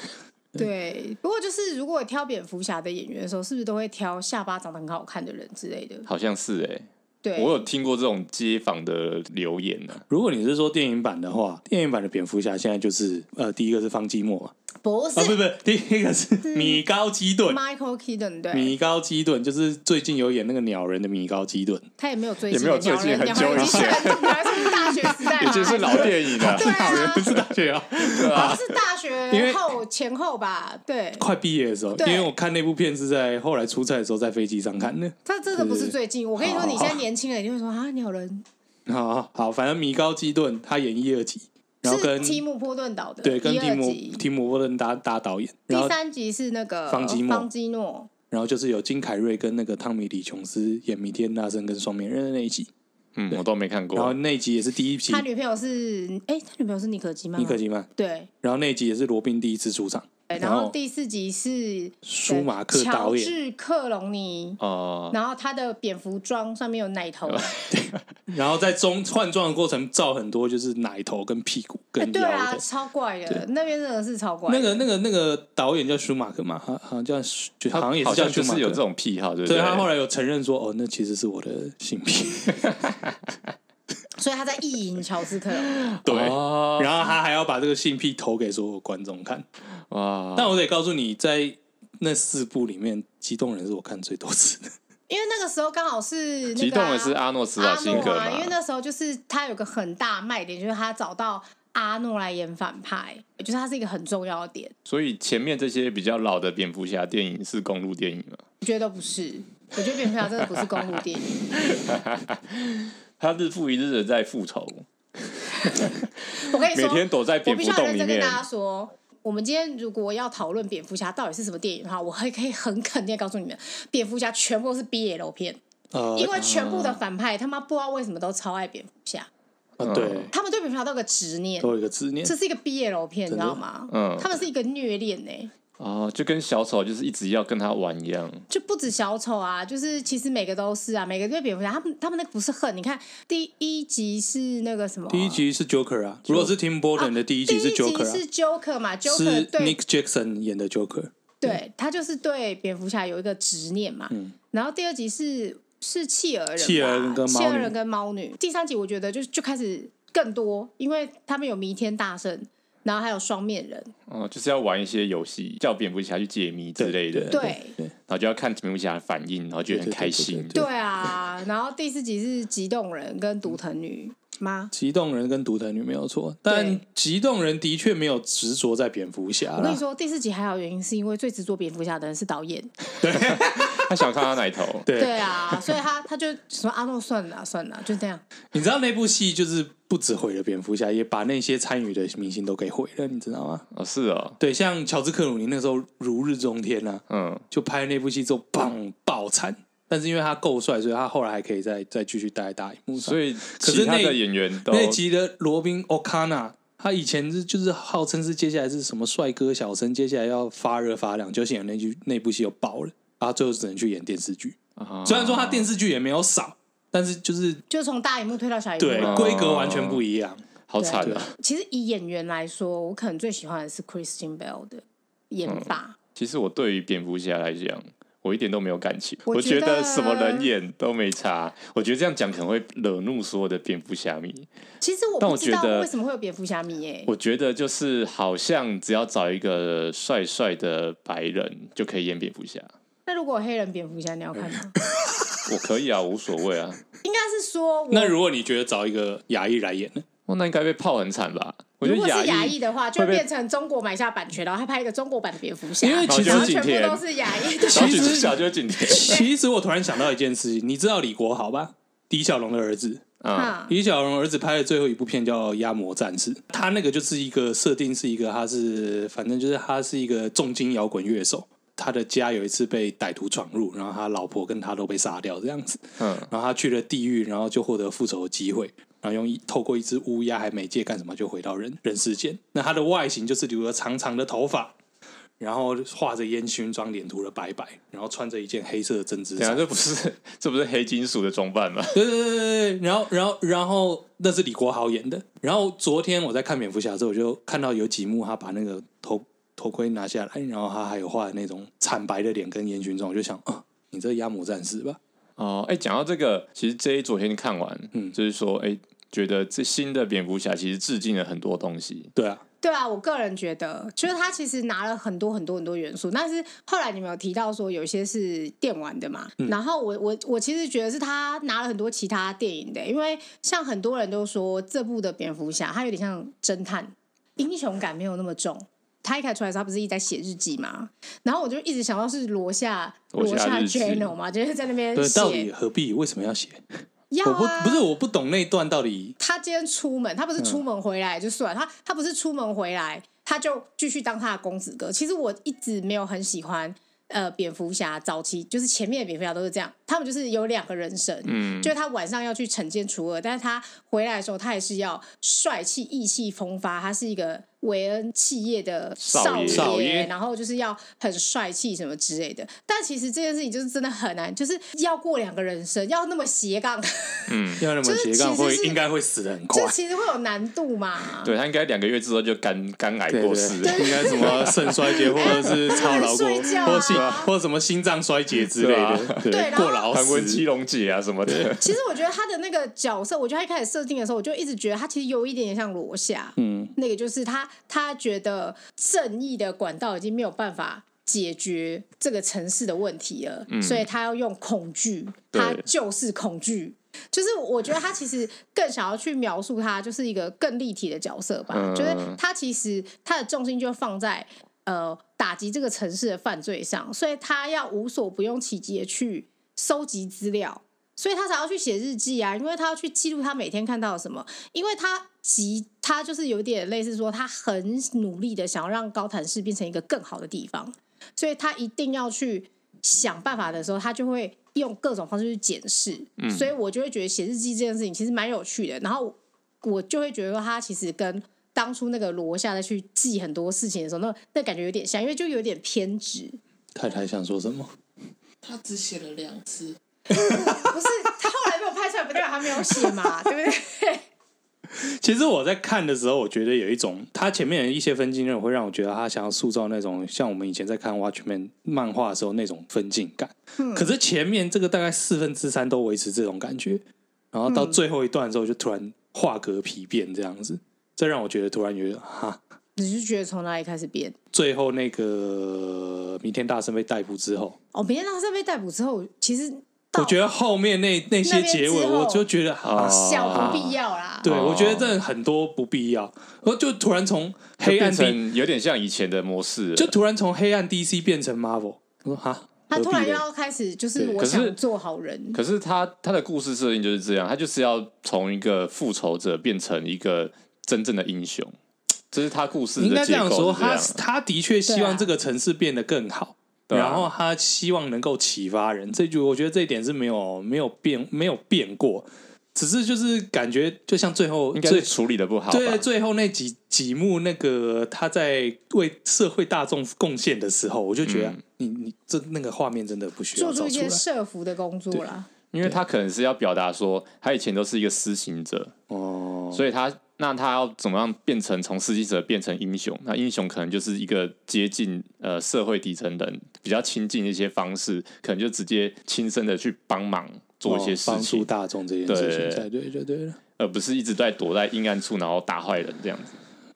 Speaker 1: 对，不过就是如果挑蝙蝠侠的演员的时候，是不是都会挑下巴长得很好看的人之类的？
Speaker 2: 好像是哎、
Speaker 1: 对，
Speaker 2: 我有听过这种街坊的留言呢、啊
Speaker 3: 如果你是说电影版的话，电影版的蝙蝠侠现在就是呃，第一个是方季莫嘛，
Speaker 1: 不
Speaker 3: 啊，不是
Speaker 1: 是嗯
Speaker 3: 不是，第一个是米高基顿，
Speaker 1: Michael Keaton，对，
Speaker 3: 米高基顿就是最近有演那个鸟人的米高基顿，
Speaker 1: 他也没有最近的，
Speaker 2: 也没有最近很久
Speaker 1: 已
Speaker 2: 以
Speaker 1: 经
Speaker 2: 前
Speaker 1: 是 还是大学时代
Speaker 2: 已
Speaker 1: 嘛，
Speaker 2: 经是老电影 了。
Speaker 1: 对啊，
Speaker 3: 不是大学啊，
Speaker 1: 好像是大
Speaker 3: 因为
Speaker 1: 学后前后吧？对，
Speaker 3: 快毕业的时候，因
Speaker 1: 对
Speaker 3: 为我看那部片是在后来出差的时候在飞机上看的。
Speaker 1: 他真的不是最近。我跟你说，
Speaker 3: 好
Speaker 1: 你现在年轻人一定会说啊，鸟人
Speaker 3: 好哦好，反正米高基顿他演一二集，然后
Speaker 1: 是
Speaker 3: 跟
Speaker 1: 提姆波顿导的，
Speaker 3: 对跟
Speaker 1: 第
Speaker 3: 蒂
Speaker 1: 二
Speaker 3: 姆
Speaker 1: 集
Speaker 3: 蒂姆波顿搭搭导演，然
Speaker 1: 第
Speaker 3: 后
Speaker 1: 三集是那个
Speaker 3: 方基莫
Speaker 1: 方基诺，
Speaker 3: 然后就是有金凯瑞跟那个汤米李琼斯演弥天大圣跟双面人的那一集，
Speaker 2: 嗯，我都没看
Speaker 3: 然后
Speaker 2: 过。
Speaker 3: 那一集也是第一集
Speaker 1: 他女朋友是哎，他女朋友是妮可基吗？
Speaker 3: 尼可基曼，
Speaker 1: 对。
Speaker 3: 然后那一集也是罗宾第一次出场，
Speaker 1: 对
Speaker 3: 然
Speaker 1: 然后
Speaker 3: 后
Speaker 1: 第四集是
Speaker 3: 舒马克
Speaker 1: 呃
Speaker 3: 导
Speaker 1: 乔
Speaker 3: 演，
Speaker 1: 治克隆尼，
Speaker 2: 哦、
Speaker 1: 然后他的蝙蝠装上面有奶头，
Speaker 3: 哦然后在中换装的过程照很多就是奶头跟屁股
Speaker 1: 哎
Speaker 3: 跟
Speaker 1: 对
Speaker 3: 腰
Speaker 1: 啊，
Speaker 3: 的。
Speaker 1: 超怪的
Speaker 3: 对，
Speaker 1: 那边真的是超怪的。
Speaker 3: 那个、那个、那个导演叫舒马克嘛，好好像叫舒就好像也
Speaker 2: 好
Speaker 3: 是叫
Speaker 2: 像
Speaker 3: 舒
Speaker 2: 就
Speaker 3: 马
Speaker 2: 是有这
Speaker 3: 克。
Speaker 2: 种癖好，对不
Speaker 3: 对
Speaker 2: 对？
Speaker 3: 他后来有承认说，哦，那其实是我的性癖。
Speaker 1: 所以他在意淫乔斯克隆。
Speaker 3: 对，
Speaker 2: 哦
Speaker 3: 然后他还要把这个性癖投给所有观众看。
Speaker 2: 哇，
Speaker 3: 但我得告诉你，在那四部里面，《激动人》是我看最多次的。
Speaker 1: 因为那个时候刚好是、那个啊、
Speaker 2: 激动的是阿诺斯瓦
Speaker 1: 阿
Speaker 2: 辛
Speaker 1: 诺
Speaker 2: 格
Speaker 1: 啊，因为
Speaker 2: 嘛，
Speaker 1: 那时候就是他有个很大卖点，就是他找到阿诺来演反派，就是他是一个很重要的点。
Speaker 2: 所以前面这些比较老的蝙蝠侠电影是公路电影嘛，
Speaker 1: 我觉得都不是，我觉得蝙蝠侠真的不是公路电影。
Speaker 2: 他日复一日的在复仇，
Speaker 1: 我跟你
Speaker 2: 每
Speaker 1: 说，
Speaker 2: 天躲在
Speaker 1: 我
Speaker 2: 蝙
Speaker 1: 必
Speaker 2: 蝠
Speaker 1: 须要
Speaker 2: 洞
Speaker 1: 认
Speaker 2: 里
Speaker 1: 真跟
Speaker 2: 面
Speaker 1: 大。家说，我们今天如果要讨论蝙蝠侠到底是什么电影的话，我还可以很肯定的告诉你们，蝙蝠侠全部都是 BL 片，
Speaker 2: 哦
Speaker 3: 呃，
Speaker 2: 嗯
Speaker 1: 因为全部的反派他妈不知道为什么都超爱蝙蝠侠，
Speaker 3: 啊
Speaker 2: 哦
Speaker 3: 对，
Speaker 1: 他们对蝙蝠侠都有个执念
Speaker 3: 都，有一个执念
Speaker 1: 这。是一个 BL 片，你知
Speaker 3: 真的
Speaker 1: 道吗？
Speaker 2: 嗯
Speaker 1: 他们是一个虐恋呢、
Speaker 2: 哦，就跟小丑就是一直要跟他玩一样，
Speaker 1: 就不止小丑啊，就是其实每个都是啊，每个对蝙蝠侠，他们他们那个不是恨，你看第一集是那个什么，
Speaker 3: 第一集是 Joker 啊，如果是 Tim Burton 的第一集
Speaker 1: 第
Speaker 3: 是 Joker 啊
Speaker 1: 是，Joker 嘛
Speaker 3: 是
Speaker 1: ，Joker 对
Speaker 3: Nick Jackson 演的 Joker。
Speaker 1: 对，他就是对蝙蝠侠有一个执念嘛。然后第二集是是企鹅人吧，
Speaker 3: 嗯企鹅人
Speaker 1: 企
Speaker 3: 跟猫女
Speaker 1: 鹅人跟猫女。第三集我觉得就就开始更多，因为他们有弥天大圣，然后还有双面人，
Speaker 2: 哦，就是要玩一些游戏，叫蝙蝠侠去解谜之类的，
Speaker 3: 对
Speaker 1: 对
Speaker 2: 然后就要看蝙蝠侠的反应，然后觉得很开心。
Speaker 3: 对
Speaker 1: 对啊。然后第四集是极冻人跟独藤女吗？
Speaker 3: 激动人跟独藤女没有错，但激动人的确没有执着在蝙蝠侠
Speaker 1: 我跟你
Speaker 3: 啦。
Speaker 1: 说，第四集还有原因，是因为最执着蝙蝠侠的人是导演。
Speaker 2: 他想看他奶头，
Speaker 3: 对，
Speaker 1: 对啊，所以他他就说阿诺算了啊算了，就这样。
Speaker 3: 你知道那部戏就是不止毁了蝙蝠侠，也把那些参与的明星都给毁了，你知道吗？
Speaker 2: 哦，是哦，
Speaker 3: 对，像乔治克鲁尼那时候如日中天啊，
Speaker 2: 嗯，
Speaker 3: 就拍那部戏之后，砰爆惨。但是因为他够帅，所以他后来还可以再再继续待在大荧幕上。
Speaker 2: 所以
Speaker 3: 可
Speaker 2: 其
Speaker 3: 是
Speaker 2: 他
Speaker 3: 那
Speaker 2: 的演员都
Speaker 3: 那集的罗宾· o c a n a 他以前是就是号称是接下来是什么帅哥小生，接下来要发热发亮，就显然那剧那部戏又爆了，然后最后只能去演电视剧。
Speaker 2: 啊
Speaker 3: 虽然说他电视剧也没有少，但是就是
Speaker 1: 就从大荧幕推到小荧幕
Speaker 3: 对
Speaker 1: 了。
Speaker 3: 规格完全不一样。
Speaker 2: 好惨啊！
Speaker 1: 其实以演员来说，我可能最喜欢的是 Christian Bell 的
Speaker 2: 嗯
Speaker 1: 演法。
Speaker 2: 其实我对于蝙蝠侠来讲，我一点都没有感情。
Speaker 1: 我
Speaker 2: 我觉
Speaker 1: 觉
Speaker 3: 啊
Speaker 1: 得
Speaker 2: 得什么人演都没差。我觉得这样讲可能会惹怒所有的蝙蝠侠迷。
Speaker 1: 其实我
Speaker 2: 但
Speaker 1: 不
Speaker 2: 我
Speaker 1: 知道
Speaker 2: 觉得
Speaker 1: 为什么会有蝙蝠侠迷耶、
Speaker 2: 我觉得就是好像只要找一个帅帅的白人就可以演蝙蝠侠，
Speaker 1: 那如果有黑人蝙蝠侠，你要看 吗？
Speaker 2: 我可以啊，无所谓啊。
Speaker 1: 应该是说我，
Speaker 3: 那如果你觉得找一个亚裔来演呢？
Speaker 2: 哇，哦那应该被泡很惨吧？我觉
Speaker 1: 如
Speaker 2: 得
Speaker 1: 果是
Speaker 2: 亚
Speaker 1: 亚
Speaker 2: 裔
Speaker 1: 裔的话，就
Speaker 2: 会被
Speaker 1: 变成中国买下版权，然后他拍一个中国版蝙蝠侠，
Speaker 3: 因为其实
Speaker 1: 然后
Speaker 2: 景
Speaker 1: 全
Speaker 2: 甜
Speaker 1: 部都是亚裔的。
Speaker 2: 小
Speaker 3: 其
Speaker 2: 举
Speaker 3: 实
Speaker 2: 小就 景甜
Speaker 3: 其实我突然想到一件事情，你知道李国豪吧？李小龙的儿子，
Speaker 2: 啊，
Speaker 1: 啊
Speaker 3: 李小龙儿子拍的最后一部片叫《压魔战士》，他那个就是一个设定是一个，他是反正就是他是一个重金摇滚乐手，他的家有一次被歹徒闯入，然后他老婆跟他都被杀掉这样子，
Speaker 2: 嗯，
Speaker 3: 然后他去了地狱，然后就获得复仇的机会。然后用一透过一只乌鸦还媒介干什么，就回到人人世间。那他的外形就是留了长长的头发，然后画着烟熏妆，脸涂了白白，然后穿着一件黑色的针织
Speaker 2: 等
Speaker 3: 衫
Speaker 2: 下。这不是这不是黑金属的装扮吗？
Speaker 3: 对对对对对，然后然后然后那是李国豪演的。然后昨天我在看蝙蝠侠的时候，我就看到有几幕他把那个头头盔拿下来，然后他还有画那种惨白的脸跟烟熏妆，我就想啊，你这压魔战士吧？
Speaker 2: 哦，哎、讲到这个，其实这一昨天看完，
Speaker 3: 嗯
Speaker 2: 就是说，哎、觉得这新的蝙蝠侠其实致敬了很多东西，
Speaker 3: 对啊，
Speaker 1: 对啊，我个人觉得，就是他其实拿了很多很多很多元素，但是后来你们有提到说有一些是电玩的嘛，然后我我我其实觉得是他拿了很多其他电影的，因为像很多人都说这部的蝙蝠侠他有点像侦探，英雄感没有那么重。他一开始出来的时候，他不是一直在写日记嘛？然后我就一直想到是罗夏
Speaker 2: 罗夏
Speaker 1: 夏
Speaker 2: 日记
Speaker 1: journal 嘛，就是在那边
Speaker 3: 对，到底
Speaker 1: 写。
Speaker 3: 何必为什么要写？
Speaker 1: 要
Speaker 3: 我
Speaker 1: 啊
Speaker 3: 不不是我不懂那一段到底
Speaker 1: 他今天出门，他不是
Speaker 3: 嗯
Speaker 1: 出门回来就算，他他不是出门回来，他就继续当他的公子哥。其实我一直没有很喜欢。呃，蝙蝠侠早期就是前面的蝙蝠侠都是这样，他们就是有两个人生，嗯，就是他晚上要去惩奸除恶，但是他回来的时候，他也是要帅气、意气风发，他是一个韦恩企业的
Speaker 2: 少爷
Speaker 3: 少
Speaker 1: 爷
Speaker 3: 爷，
Speaker 1: 然后就是要很帅气什么之类的。但其实这件事情就是真的很难，就是要过两个人生，要那么斜杠，
Speaker 3: 要那么
Speaker 1: 就是
Speaker 3: 斜
Speaker 1: 其
Speaker 3: 杠
Speaker 1: 实
Speaker 3: 会
Speaker 1: 是
Speaker 3: 应该会死的很快
Speaker 1: 这。其实会有难度嘛。
Speaker 2: 对他应该两个月之后就肝肝癌
Speaker 3: 对
Speaker 2: 过
Speaker 3: 对
Speaker 2: 世了，
Speaker 3: 对，应该什么肾衰竭，或者是超劳 过
Speaker 1: 睡觉，啊
Speaker 3: 或心或什么心脏衰竭之类
Speaker 2: 对
Speaker 3: 的，
Speaker 1: 对然后
Speaker 3: 过劳
Speaker 2: 韩文
Speaker 3: 死
Speaker 2: 七。龙姐啊什么的，
Speaker 1: 其实我觉得他的那个角色，我觉得他一开始设定的时候，我就一直觉得他其实有一点点像罗夏，
Speaker 3: 嗯，
Speaker 1: 那个就是他他觉得正义的管道已经没有办法解决这个城市的问题了，所以他要用恐惧，
Speaker 2: 对
Speaker 1: 他就是恐惧。就是我觉得他其实更想要去描述他就是一个更立体的角色吧，
Speaker 2: 嗯
Speaker 1: 就是他其实他的重心就放在呃打击这个城市的犯罪上，所以他要无所不用其极的去收集资料，所以他才要去写日记啊，因为他要去记录他每天看到了什么，因为他急，他就是有点类似说他很努力的想要让高谭市变成一个更好的地方，所以他一定要去想办法的时候，他就会用各种方式去检视，
Speaker 3: 嗯
Speaker 1: 所以我就会觉得写日记这件事情其实蛮有趣的，然后我就会觉得说他其实跟。当初那个罗夏在去记很多事情的时候，那那感觉有点像，因为就有点偏执，
Speaker 3: 太太想说什么？
Speaker 4: 他只写了两次，
Speaker 1: 不是他后来没有拍出来，不代表他没有写嘛，对不对？
Speaker 3: 其实我在看的时候，我觉得有一种，他前面的一些分镜内容会让我觉得他想要塑造那种像我们以前在看《Watchman》漫画的时候那种分镜感。
Speaker 1: 嗯
Speaker 3: 可是前面这个大概四分之三都维持这种感觉，然后到最后一段的时候就突然画格皮变这样子，这让我觉得突然有点哈。
Speaker 1: 你是觉得从哪里开始变？
Speaker 3: 最后那个明天大圣被逮捕之后，
Speaker 1: 哦，明天他是被逮捕之后，其实到
Speaker 3: 我觉得后面那那些结
Speaker 1: 那边
Speaker 3: 尾，
Speaker 1: 之后
Speaker 3: 我就觉得啊，
Speaker 1: 小不必要啦。
Speaker 3: 对
Speaker 2: 哦
Speaker 3: 我觉得真的很多不必要，我就突然从黑暗
Speaker 2: 变
Speaker 3: 地
Speaker 2: 成有点像以前的模式了。
Speaker 3: 就突然从黑暗 DC 变成 Marvel，我说哈，
Speaker 1: 他
Speaker 3: 何
Speaker 1: 突
Speaker 3: 必
Speaker 1: 然又
Speaker 3: 嘞
Speaker 1: 要开始，就是
Speaker 3: 对
Speaker 1: 我
Speaker 2: 可是
Speaker 1: 想做好人。
Speaker 2: 可是他他的故事设定就是这样，他就是要从一个复仇者变成一个真正的英雄，这是他故事
Speaker 3: 你应
Speaker 2: 的
Speaker 3: 该
Speaker 2: 结
Speaker 3: 这样
Speaker 2: 构
Speaker 3: 说，
Speaker 2: 是这
Speaker 3: 他
Speaker 2: 样。
Speaker 3: 他的确希
Speaker 1: 对啊
Speaker 3: 望这个城市变得更好，
Speaker 2: 对啊
Speaker 3: 然后他希望能够启发人，这句我觉得这一点是没有没有变没有变过，只是就是感觉就像最后
Speaker 2: 应该
Speaker 3: 最
Speaker 2: 是处理的不好吧，
Speaker 3: 对，最后那几几幕，那个他在为社会大众贡献的时候，我就觉得、
Speaker 2: 嗯
Speaker 3: 你你这那个画面真的不需要
Speaker 1: 做
Speaker 3: 找
Speaker 1: 出一
Speaker 3: 出来
Speaker 1: 件设服的工作啦，
Speaker 2: 因为他可能是要表达说，他以前都是一个施行者，
Speaker 3: 哦。
Speaker 2: 所以他那他要怎么样变成从施行者变成英雄？那英雄可能就是一个接近呃社会底层人比较亲近的一些方式，可能就直接亲身的去帮忙做一些事
Speaker 3: 哦帮
Speaker 2: 情，
Speaker 3: 助大众这件事
Speaker 2: 对
Speaker 3: 情，才对对对。
Speaker 2: 而不是一直在躲在阴暗处然后打坏人这样子。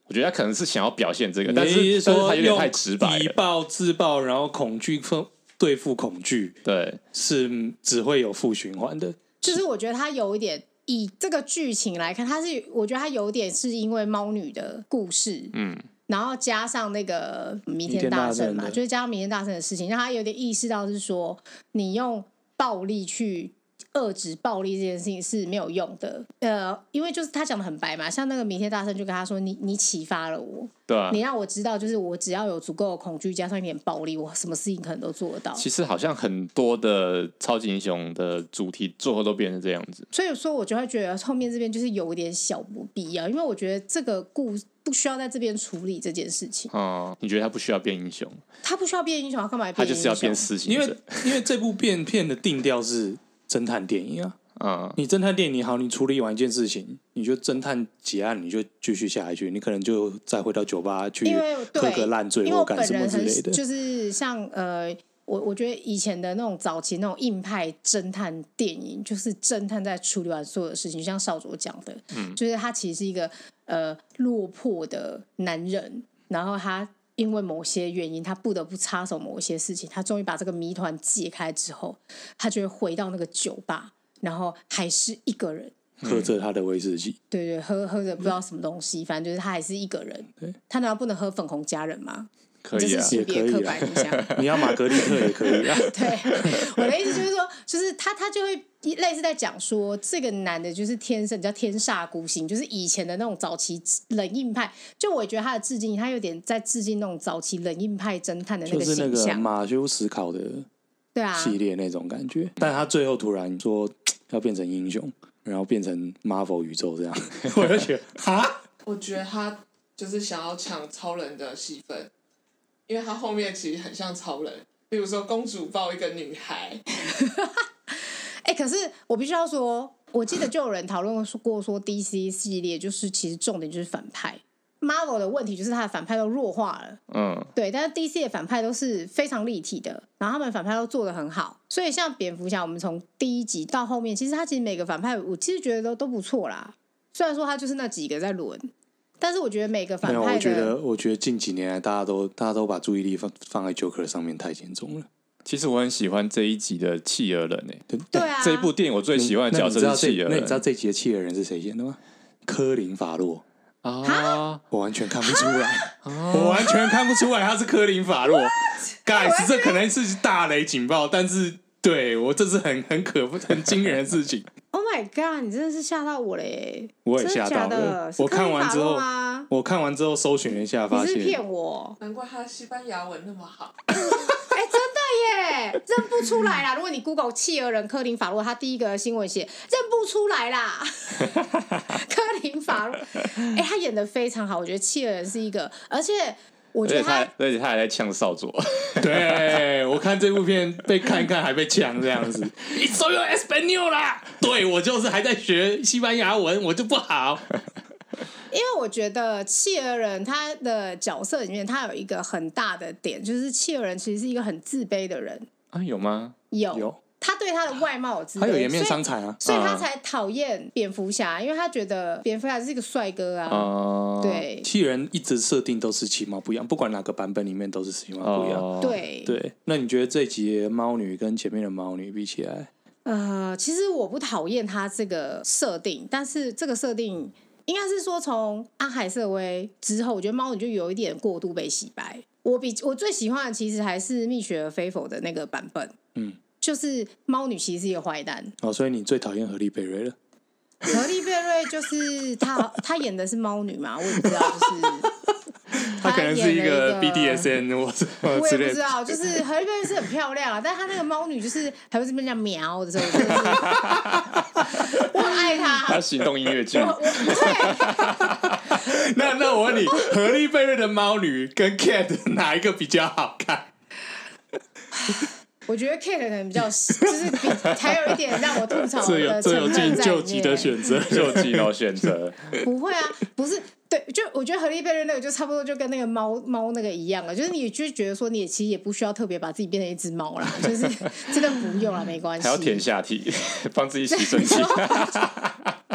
Speaker 2: 我觉得他可能是想要表现这个，但
Speaker 3: 你
Speaker 2: 是但是
Speaker 3: 说
Speaker 2: 他有点
Speaker 3: 用
Speaker 2: 太直白
Speaker 3: 以
Speaker 2: 了。
Speaker 3: 暴制暴，然后恐惧分对付恐惧，
Speaker 2: 对，
Speaker 3: 是只会有负循环的。
Speaker 1: 就是我觉得他有一点。以这个剧情来看，他是我觉得他有点是因为猫女的故事，
Speaker 2: 嗯，
Speaker 1: 然后加上那个弥天大圣嘛，
Speaker 3: 弥天大圣的
Speaker 1: 就是加上弥嗯天大圣的事情，让他有点意识到是说，你用暴力去遏制暴力这件事情是没有用的。呃，因为就是他讲的很白嘛，像那个弥天大圣就跟他说，你你启发了我，
Speaker 2: 对啊
Speaker 1: 你。让我知道，就是我只要有足够的恐惧，加上一点暴力，我什么事情可能都做得到。
Speaker 2: 其实好像很多的超级英雄的主题最后都变成这样子，
Speaker 1: 所以说，我就会觉得后面这边就是有一点小不必要，因为我觉得这个故不需要在这边处理这件事情，
Speaker 2: 哦、你觉得他不需要变英雄，
Speaker 1: 他不需要变英雄，他干嘛
Speaker 2: 他
Speaker 1: 变
Speaker 2: 就
Speaker 1: 英雄？
Speaker 2: 是要变私行
Speaker 3: 因
Speaker 2: 者，
Speaker 3: 为因为这部片片的定调是侦探电影啊，
Speaker 2: 啊、
Speaker 3: 你侦探电影好，你处理完一件事情，你就侦探结案，你就继续下去，你可能就再回到酒吧去
Speaker 1: 因为对
Speaker 3: 喝个烂醉
Speaker 1: 因为
Speaker 3: 或
Speaker 1: 我
Speaker 3: 干
Speaker 1: 本
Speaker 3: 什么
Speaker 1: 人
Speaker 3: 之
Speaker 1: 很
Speaker 3: 类的。
Speaker 1: 就是像呃，我我觉得以前的那种早期那种硬派侦探电影，就是侦探在处理完所有的事情，就像少佐讲的，
Speaker 3: 嗯
Speaker 1: 就是他其实是一个呃落魄的男人，然后他。因为某些原因，他不得不插手某一些事情。他终于把这个谜团解开之后，他就会回到那个酒吧，然后还是一个人。
Speaker 3: 喝着他的威士忌，
Speaker 1: 对对，喝喝着不
Speaker 3: 嗯
Speaker 1: 知道什么东西，反正就是他还是一个人。他难道不能喝粉红佳人吗？
Speaker 2: 可
Speaker 1: 这
Speaker 2: 以
Speaker 1: 是
Speaker 2: 啊，
Speaker 1: 性别刻板印象。
Speaker 3: 你要玛格丽特也可以啊。
Speaker 1: 对， 我的意思就是说，就是他他就会类似在讲说，这个男的就是天生叫天煞孤星，就是以前的那种早期冷硬派。就我觉得他的致敬，他有点在致敬那种早期冷硬派侦探的 那
Speaker 3: 就
Speaker 1: 个
Speaker 3: 是那
Speaker 1: 形
Speaker 3: 个
Speaker 1: 象。
Speaker 3: 马修·史考的
Speaker 1: 对啊，
Speaker 3: 系列那种感觉，但他最后突然说要变成英雄，然后变成 Marvel 宇宙这样，我就觉得哈，
Speaker 4: 我觉得他就是想要抢超人的戏份，因为他后面其实很像超人，比如说公主抱一个女孩，
Speaker 1: 哎、可是我必须要说，我记得就有人讨论过说，DC 系列就是其实重点就是反派。Marvel 的问题就是他的反派都弱化了，
Speaker 2: 嗯，
Speaker 1: 对，但是 DC 的反派都是非常立体的，然后他们反派都做的很好，所以像蝙蝠侠，我们从第一集到后面，其实他其实每个反派，我其实觉得都都不错啦。虽然说他就是那几个在轮，但是我觉得每个反
Speaker 3: 没有，
Speaker 1: 派
Speaker 3: 我觉
Speaker 1: 的
Speaker 3: 得，我觉得近几年来，大家都大家都把注意力放放在 Joker 上面太严重了。
Speaker 2: 其实我很喜欢这一集的企鹅人诶、
Speaker 3: 对
Speaker 1: 对啊，
Speaker 2: 这一部电影我最喜欢的角色是企鹅
Speaker 3: 那你知道
Speaker 2: 人
Speaker 3: 这集的企鹅人是谁演的吗？科林法洛，
Speaker 2: 啊，
Speaker 3: 我完全看不出来， 我完全看不出来他是科林法洛。盖茨，这可能是大雷警报，但是对我这是很很可很惊人的 事情。
Speaker 1: Oh my god！你真的是吓到我了耶！
Speaker 3: 我也吓到
Speaker 1: 真的假的
Speaker 3: 了，
Speaker 1: 是
Speaker 3: 我看完
Speaker 1: 科
Speaker 3: 之
Speaker 1: 林法洛
Speaker 3: 后
Speaker 1: 吗，
Speaker 3: 我看完之后搜寻了一下，
Speaker 1: 你
Speaker 3: 发
Speaker 1: 是不是
Speaker 3: 现
Speaker 1: 骗我？
Speaker 4: 难怪他西班牙文那么好。
Speaker 1: 哎、真的耶，认不出来啦！如果你 Google 企鹅人科林法洛，他第一个新闻写认不出来啦。 科林法洛，哎、他演的非常好，我觉得企鹅人是一个，而且我
Speaker 2: 而
Speaker 1: 觉
Speaker 2: 且
Speaker 1: 得
Speaker 2: 他
Speaker 1: 他
Speaker 2: 还而且他还在呛少佐，
Speaker 3: 对，我看这部片被看一看还被呛这样子，你 所有 Espanol 啦，对我就是还在学西班牙文，我就不好。
Speaker 1: 因为我觉得企鹅人他的角色里面，他有一个很大的点，就是企鹅人其实是一个很自卑的人，
Speaker 2: 啊有吗？
Speaker 1: 有
Speaker 3: 有
Speaker 1: 他对他的外貌有自卑，
Speaker 3: 他有颜面
Speaker 1: 所以
Speaker 3: 伤残啊，
Speaker 1: 所以他才讨厌蝙蝠侠，因为他觉得蝙蝠侠是一个帅哥啊。
Speaker 3: 嗯
Speaker 2: 哦、
Speaker 1: 对
Speaker 3: 七人一直设定都是其貌不扬，不管哪个版本里面都是其貌不扬。
Speaker 2: 哦，
Speaker 1: 对，
Speaker 3: 对，那你觉得这集的猫女跟前面的猫女比起来，
Speaker 1: 呃，其实我不讨厌他这个设定，但是这个设定应该是说从阿海瑟薇之后，我觉得猫女就有一点过度被洗白。我比我最喜欢的其实还是蜜雪儿菲佛的那个版本，
Speaker 3: 嗯，
Speaker 1: 就是猫女其实是一个坏蛋，
Speaker 3: 哦，所以你最讨厌何丽贝瑞了？
Speaker 1: 何丽贝瑞就是她，她演的是猫女嘛，我也不知道，就是 她演了一
Speaker 3: BDSN 或
Speaker 1: 我
Speaker 3: 者
Speaker 1: 也不知。道， 就是何丽贝是很漂亮啊，但她那个猫女就是还会这边这样喵的时候，我真的是 我爱她
Speaker 2: 他。行动音乐剧
Speaker 1: 我我对，
Speaker 3: 那那我问你，何丽贝瑞的猫女跟 Cat 哪一个比较好看？
Speaker 1: 我觉得 Kate 可能比较，就是比还有一点让我吐槽
Speaker 3: 最有
Speaker 1: 的
Speaker 3: 最
Speaker 1: 成
Speaker 3: 有
Speaker 1: 分在
Speaker 3: 进
Speaker 1: 里
Speaker 3: 救急的
Speaker 1: 面
Speaker 3: 选择。
Speaker 2: 就技能选择，
Speaker 1: 不会啊，不是对，就我觉得何丽贝瑞那个就差不多就跟那个猫猫那个一样了，就是你就觉得说你也其实也不需要特别把自己变成一只猫啦，就是 真的不用啦，没关系。
Speaker 2: 还要舔下体， 帮自己洗身体。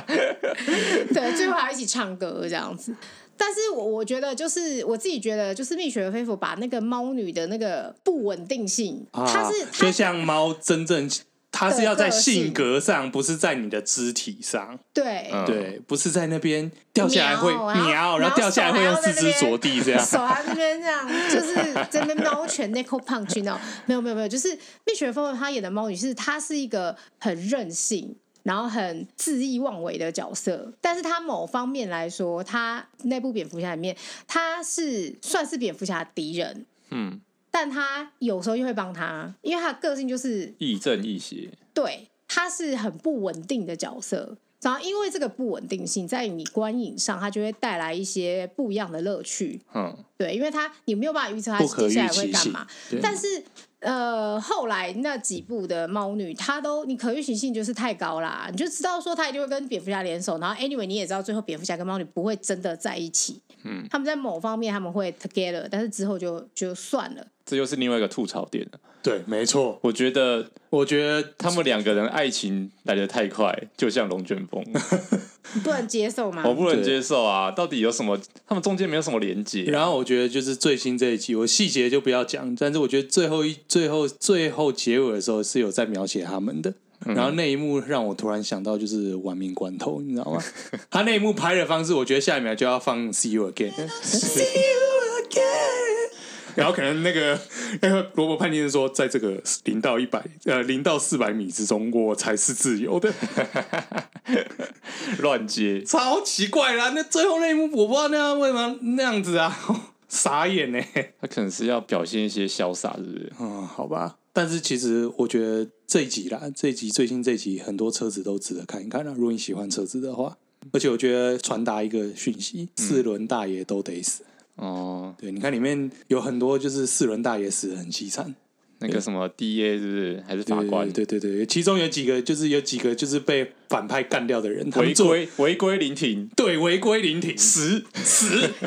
Speaker 1: 对，最后还要一起唱歌这样子。但是我我觉得，就是我自己觉得，就是蜜雪儿菲佛把那个猫女的那个不稳定性，
Speaker 3: 啊
Speaker 1: 她是
Speaker 3: 就
Speaker 1: 她
Speaker 3: 像猫真正，它是要在
Speaker 1: 的个性
Speaker 3: 性格上，不是在你的肢体上，
Speaker 1: 对、
Speaker 2: 嗯
Speaker 3: 对，不是在那边掉下来会
Speaker 1: 喵然后
Speaker 3: 喵，
Speaker 1: 然后
Speaker 3: 然后掉下来会用四肢着地这样。
Speaker 1: 手啊这边这样，就是这边猫拳 knuckle punch 那种，没有没有没有，就是蜜雪儿菲佛她演的猫女是她是一个很任性。然后很恣意妄为的角色，但是她某方面来说，她那部蝙蝠侠里面，她是算是蝙蝠侠的敌人，
Speaker 2: 嗯，
Speaker 1: 但他有时候又会帮他，因为他的个性就是
Speaker 2: 亦正亦邪。
Speaker 1: 对，他是很不稳定的角色。然后因为这个不稳定性，在你观影上，它就会带来一些不一样的乐趣。
Speaker 2: 嗯，
Speaker 1: 对，因为他你没有办法预测他
Speaker 3: 不可
Speaker 1: 接下来
Speaker 3: 预期
Speaker 1: 会干
Speaker 3: 性
Speaker 1: 嘛
Speaker 3: 对。
Speaker 1: 但是呃，后来那几部的猫女，她都你可预期性就是太高啦，你就知道说她一定会跟蝙蝠侠联手。然后 anyway，你也知道最后蝙蝠侠跟猫女不会真的在一起。
Speaker 2: 嗯，
Speaker 1: 他们在某方面他们会 together，但是之后就就算了。
Speaker 2: 这又是另外一个吐槽点了。
Speaker 3: 对，没错，
Speaker 2: 我觉得
Speaker 3: 我觉得
Speaker 2: 他们两个人爱情来得太快，就像龙卷风，
Speaker 1: 你不能接受吗？
Speaker 3: 哦
Speaker 2: 我不能接受啊！到底有什么？他们中间没有什么连接。啊
Speaker 3: 然后我觉得就是最新这一季，我细节就不要讲，但是我觉得最后一最后最后结尾的时候是有在描写他们的。然后那一幕让我突然想到，就是玩命关头，你知道吗？ 他那一幕拍的方式，我觉得下一秒就要放 See You Again，See You Again。然后可能那个那个罗伯·潘金斯说，在这个零到一百呃零到四百米之中，我才是自由 的。
Speaker 2: 乱接，
Speaker 3: 超奇怪啦！那最后那一幕，我不知道那样为什么那样子啊， 傻眼欸呢、
Speaker 2: 他可能是要表现一些潇洒，是不是？
Speaker 3: 嗯，好吧。但是其实我觉啊得这一集啦，这一集最新这一集很多车子都值得看一看啦。如果你喜欢车子的话，而且我觉得传达一个讯息：四轮大爷都得死。
Speaker 2: 哦，
Speaker 3: 对，你看里面有很多就是四轮大爷死得很凄惨，
Speaker 2: 那个什么 DA 是不是还是法官？
Speaker 3: 对对对对对，其中有几个就是有几个就是被反派干掉的人，他
Speaker 2: 违
Speaker 3: 们做
Speaker 2: 规违规临停，
Speaker 3: 对违规临停
Speaker 2: 十，
Speaker 3: 死。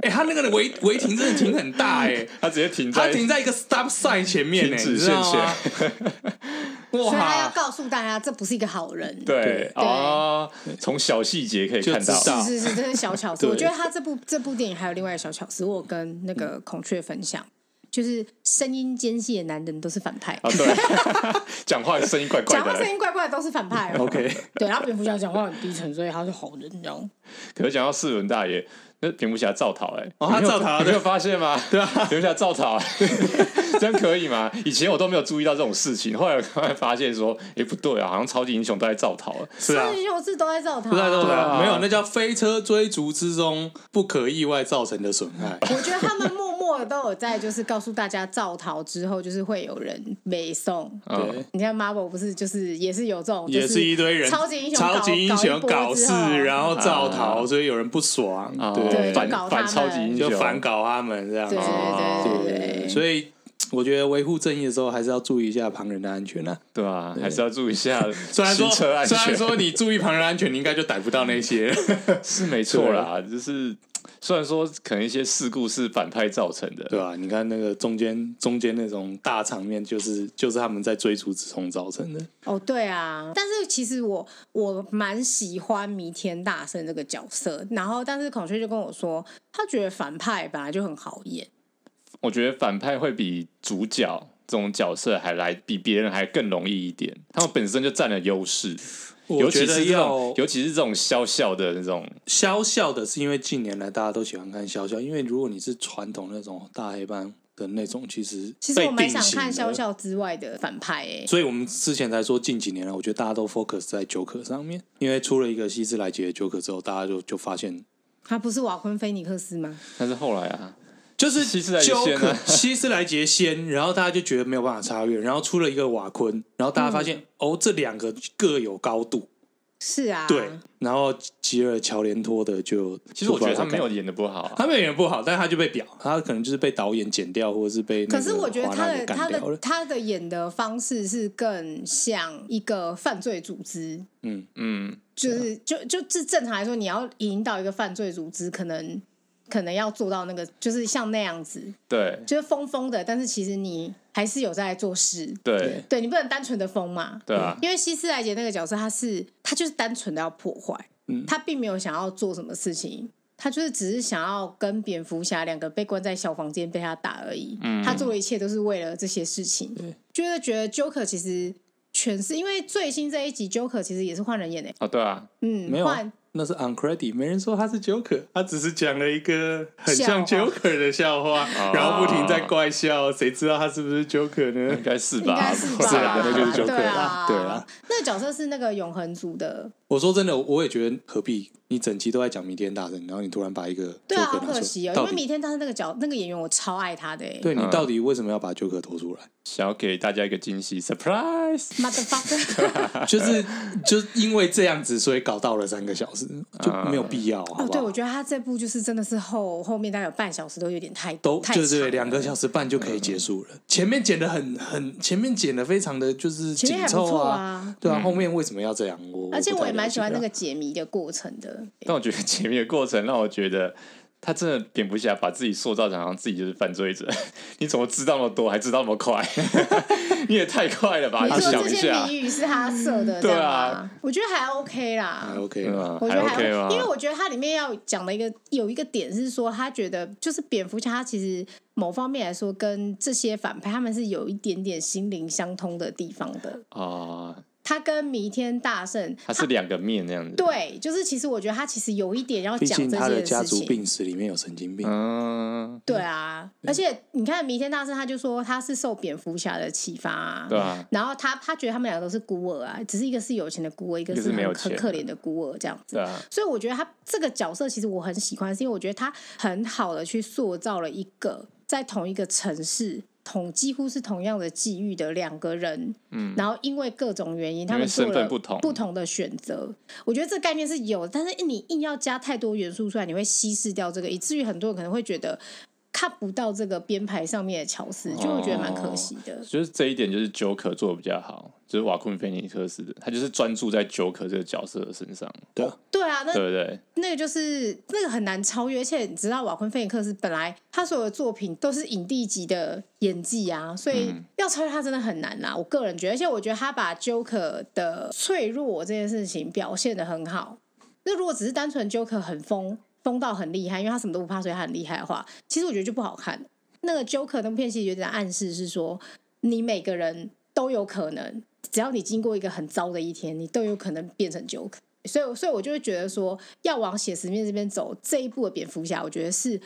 Speaker 3: 哎、他那个违违停真的停很大哎、
Speaker 2: 他直接停
Speaker 3: 他
Speaker 2: 在
Speaker 3: 停在一个 stop sign 前面呢、
Speaker 2: 停
Speaker 3: 欸，
Speaker 2: 止
Speaker 3: 你知道吗？
Speaker 1: 所以他要
Speaker 3: 哇，
Speaker 1: 告诉大家，这不是一个好人。
Speaker 2: 对啊，从小细节可以看
Speaker 3: 就知道
Speaker 2: 到，
Speaker 1: 是是是，这是小 巧思。
Speaker 3: 啊对
Speaker 1: 我觉得他这部这部电影还有另外一个小巧思，我有跟那个孔雀分享，就是声音尖细的男人都是反派，
Speaker 2: 啊，对， 讲话声音怪怪
Speaker 1: 讲话声
Speaker 2: 的。
Speaker 1: 音怪怪的都是反派、哦。
Speaker 3: OK，
Speaker 1: 对，然后蝙蝠侠讲话很低沉，所以他是好人，这样。
Speaker 2: 可是讲到四轮大爷，那蝙蝠侠造逃哎，
Speaker 3: 哦他
Speaker 2: 你没有
Speaker 3: 造逃
Speaker 2: 你没
Speaker 3: 对
Speaker 2: 有发现吗？对啊，蝙蝠侠造逃，欸 这样可以吗？以前我都没有注意到这种事情，后来我突然发现说，哎，不对啊，好像超级英雄都在造逃了。
Speaker 3: 是啊
Speaker 1: 超。级秀智都在造他。
Speaker 3: 不知道多
Speaker 2: 对
Speaker 3: 少，
Speaker 2: 啊
Speaker 3: 没有，那叫飞车追逐之中不可意外造成的损害。
Speaker 1: 我觉得他们默默的都有在，就是告诉大家造逃之后，就是会有人没送。
Speaker 2: 嗯，
Speaker 3: 对，
Speaker 1: 你看 Marvel 不是就是也是有这种，
Speaker 3: 也
Speaker 1: 哦就是
Speaker 3: 一堆人，
Speaker 1: 超级英雄搞
Speaker 3: 超级英雄搞事
Speaker 1: 搞一波之后，
Speaker 3: 然后造逃，所以有人不爽，
Speaker 2: 啊
Speaker 1: 对
Speaker 2: 反
Speaker 1: 就搞他
Speaker 2: 反
Speaker 1: 们
Speaker 2: 超级英
Speaker 3: 就
Speaker 2: 雄，
Speaker 3: 反搞他们这样子
Speaker 1: 对。对对对对，
Speaker 3: 所以我觉得维护正义的时候，还是要注意一下旁人的安全啊。
Speaker 2: 对啊，还是要注意一下
Speaker 3: 虽然说，
Speaker 2: 行车安
Speaker 3: 虽然
Speaker 2: 全，
Speaker 3: 说你注意旁人安全，你应该就逮不到那 些。
Speaker 2: 是没错啦，就是虽然说可能一些事故是反派造成的，
Speaker 3: 对吧、你看那个中间中间那种大场面，就是就是他们在追逐之中造成的。
Speaker 1: 哦，对啊，但是其实我我蛮喜欢弥天大圣这个角色，然后但是孔雀就跟我说，他觉得反派本来就很好演，
Speaker 2: 我觉得反派会比主角这种角色还来比别人还更容易一点，他们本身就占了优势，
Speaker 3: 我
Speaker 2: 尤
Speaker 3: 觉
Speaker 2: 其
Speaker 3: 得
Speaker 2: 是这
Speaker 3: 要
Speaker 2: 种尤其是这种笑笑的那种，
Speaker 3: 肖笑的是因为近年来大家都喜欢看肖笑，因为如果你是传统那种大黑帮的那种，其实
Speaker 1: 其实
Speaker 3: 被
Speaker 1: 我蛮
Speaker 3: 定
Speaker 1: 想
Speaker 3: 型
Speaker 1: 看
Speaker 3: 了
Speaker 1: 笑。笑之外的反派欸诶、
Speaker 3: 所以我们之前才说近几年来，我觉得大家都 focus 在 Joker 上面，因为出了一个希斯莱杰的 Joker 之后，大家就就发现，
Speaker 1: 他不是瓦昆菲尼克斯吗？
Speaker 2: 但是后来啊，
Speaker 3: 就是
Speaker 2: 希斯莱杰先啊
Speaker 3: Joker 希斯莱杰先，然后大家就觉得没有办法超越，然后出了一个瓦昆，然后大家发
Speaker 1: 嗯
Speaker 3: 现、哦，这两个各有高度，
Speaker 1: 是啊，
Speaker 3: 对，然后吉尔乔连托的就
Speaker 2: 其实我觉得他没有
Speaker 3: 做不到这个，
Speaker 2: 演的不好啊、
Speaker 3: 他没有演不好，但是他就被表，他可能就是被导演剪掉，或者是被
Speaker 1: 可
Speaker 3: 那个
Speaker 1: 是我觉得
Speaker 3: 华
Speaker 1: 他
Speaker 3: 纳
Speaker 1: 的
Speaker 3: 给
Speaker 1: 他
Speaker 3: 干掉
Speaker 1: 的
Speaker 3: 了。
Speaker 1: 他的演的方式是更像一个犯罪组织，
Speaker 3: 嗯，
Speaker 2: 嗯，
Speaker 3: 啊
Speaker 1: 就是就就这正常来说，你要引导一个犯罪组织，可能可能要做到那个，就是像那样子，
Speaker 2: 对
Speaker 1: 就是疯疯的，但是其实你还是有在做事，
Speaker 2: 对
Speaker 3: 对
Speaker 1: 对你不能单纯的疯嘛。
Speaker 2: 对啊，
Speaker 1: 因为希斯莱杰那个角色，他是他就是单纯的要破坏，
Speaker 3: 嗯
Speaker 1: 他并没有想要做什么事情，他就是只是想要跟蝙蝠侠两个被关在小房间被他打而已。
Speaker 2: 嗯
Speaker 1: 他做的一切都是为了这些事情，就是觉得 Joker 其实全是因为最新这一集 Joker 其实也是换人演的、
Speaker 2: 哦对啊，
Speaker 1: 嗯，
Speaker 3: 没有
Speaker 1: 换
Speaker 3: 那是 on credit，没人说他是 Joker，他只是讲了一个很像
Speaker 1: 笑
Speaker 3: Joker 的笑话，然后不停在怪笑，谁知道他是不是 Joker
Speaker 2: 应
Speaker 3: 呢？
Speaker 2: 该是
Speaker 1: 应
Speaker 2: 吧，
Speaker 1: 该是
Speaker 2: 不
Speaker 1: 吧？
Speaker 2: 然
Speaker 3: 是啊那就是 Joker
Speaker 1: 对啊
Speaker 3: 啦， 对啊。
Speaker 1: 那个角色是那个永恒族的，
Speaker 3: 我说真的，我也觉得何必？你整集都在讲弥天大圣，然后你突然把一个 Joker
Speaker 1: 对啊，好
Speaker 3: 拿出
Speaker 1: 可惜哦，因
Speaker 3: 到
Speaker 1: 为
Speaker 3: 底
Speaker 1: 米天他是那个角那个演员，我超爱他的哎
Speaker 3: 对你
Speaker 2: 嗯
Speaker 3: 到底为什么要把 Joker 拖出来？
Speaker 2: 想要给大家一个惊喜，surprise，
Speaker 1: ，motherfucker，
Speaker 3: 就是就是因为这样子，所以搞到了三个小时，就没有必要，好
Speaker 1: 哦，
Speaker 3: 不
Speaker 1: 对，
Speaker 3: 好？
Speaker 1: 我觉得他这部就是真的是后后面大概有半小时都有点太
Speaker 3: 都
Speaker 1: 太
Speaker 3: 对
Speaker 1: 长
Speaker 3: 对，
Speaker 1: 了
Speaker 3: 两个小时半就可以结束了。前面剪的很很，前面剪的非常的就是
Speaker 1: 前
Speaker 3: 紧
Speaker 1: 面还不
Speaker 3: 凑
Speaker 1: 错
Speaker 3: 啊，
Speaker 1: 啊，
Speaker 3: 对啊，后面为什么要这样？我
Speaker 1: 而且
Speaker 3: 我不
Speaker 1: 我
Speaker 3: 太
Speaker 1: 也蛮喜欢那
Speaker 3: 了解啊
Speaker 1: 个解谜的过程的，
Speaker 2: 但我觉得前面的过程让我觉得。他真的蝙蝠侠把自己塑造成好像自己就是犯罪者，你怎么知道那么多，还知道那么快？ 你也太快了吧！
Speaker 1: 你
Speaker 3: 啊
Speaker 2: 你
Speaker 1: 说
Speaker 2: 想
Speaker 1: 这
Speaker 2: 一
Speaker 1: 些
Speaker 2: 下，
Speaker 1: 谜语是他设的，
Speaker 2: 对啊
Speaker 1: 这样吗，我觉得还 OK 啦
Speaker 3: 还。OK
Speaker 2: 嗯
Speaker 3: 了。
Speaker 2: 啊
Speaker 1: 我觉
Speaker 2: 还
Speaker 1: 得还
Speaker 2: OK 吗？
Speaker 1: 因为我觉得它里面要讲的一个有一个点是说，他觉得就是蝙蝠侠，他其实某方面来说跟这些反派他们是有一点点心灵相通的地方的。
Speaker 2: 啊，
Speaker 1: 他跟弥天大圣，
Speaker 2: 它是两个面那样子。，
Speaker 1: 对，就是其实我觉得他其实有一点要
Speaker 3: 毕
Speaker 1: 讲
Speaker 3: 竟
Speaker 1: 这
Speaker 3: 他的
Speaker 1: 件
Speaker 3: 家
Speaker 1: 事
Speaker 3: 族
Speaker 1: 情。
Speaker 3: 病史里面有神经病，
Speaker 2: 嗯，
Speaker 1: 对啊，而且你看弥天大圣，他就说他是受蝙蝠侠的启发、啊，
Speaker 2: 对啊，
Speaker 1: 然后他他觉得他们两个都是孤儿啊，只是一个是有钱的孤儿，一个
Speaker 2: 一个是
Speaker 1: 很
Speaker 2: 没有
Speaker 1: 很
Speaker 2: 钱
Speaker 1: 可怜的孤儿这样子
Speaker 2: 对。啊，
Speaker 1: 所以我觉得他这个角色其实我很喜欢，是因为我觉得他很好的去塑造了一个在同一个城市、同几乎是同样的际遇的两个人，嗯，然后因为各种原因，他
Speaker 2: 因为
Speaker 1: 们做
Speaker 2: 身份
Speaker 1: 了
Speaker 2: 不同
Speaker 1: 不同的选择。我觉得这个概念是有，但是你硬要加太多元素出来，你会稀释掉这个，以至于很多人可能会觉得看不到这个编排上面的巧思，就会觉得蛮
Speaker 2: 哦
Speaker 1: 可惜的。
Speaker 2: 就是这一点，就是 Joker 做的比较好，就是瓦昆菲尼克斯的，他就是专注在 Joker 这个角色的身上，
Speaker 3: 对啊，
Speaker 1: 对啊，那
Speaker 2: 对不对？
Speaker 1: 那个就是那个很难超越，而且你知道瓦昆菲尼克斯本来他所有的作品都是影帝级的演技啊，所以要超越他真的很难啊啦。我个人觉得，而且我觉得他把 Joker 的脆弱这件事情表现的很好。那如果只是单纯 Joker 很疯疯到很厉害，因为他什么都不怕，所以他很厉害的话，其实我觉得就不好看。那个 Joker 那部片其实有点暗示是说，你每个人都有可能，只要你经过一个很糟的一天，你都有可能变成 Joker。所以，所以我就会觉得说，要往写实面这边走，这一步的蝙蝠侠，我觉得是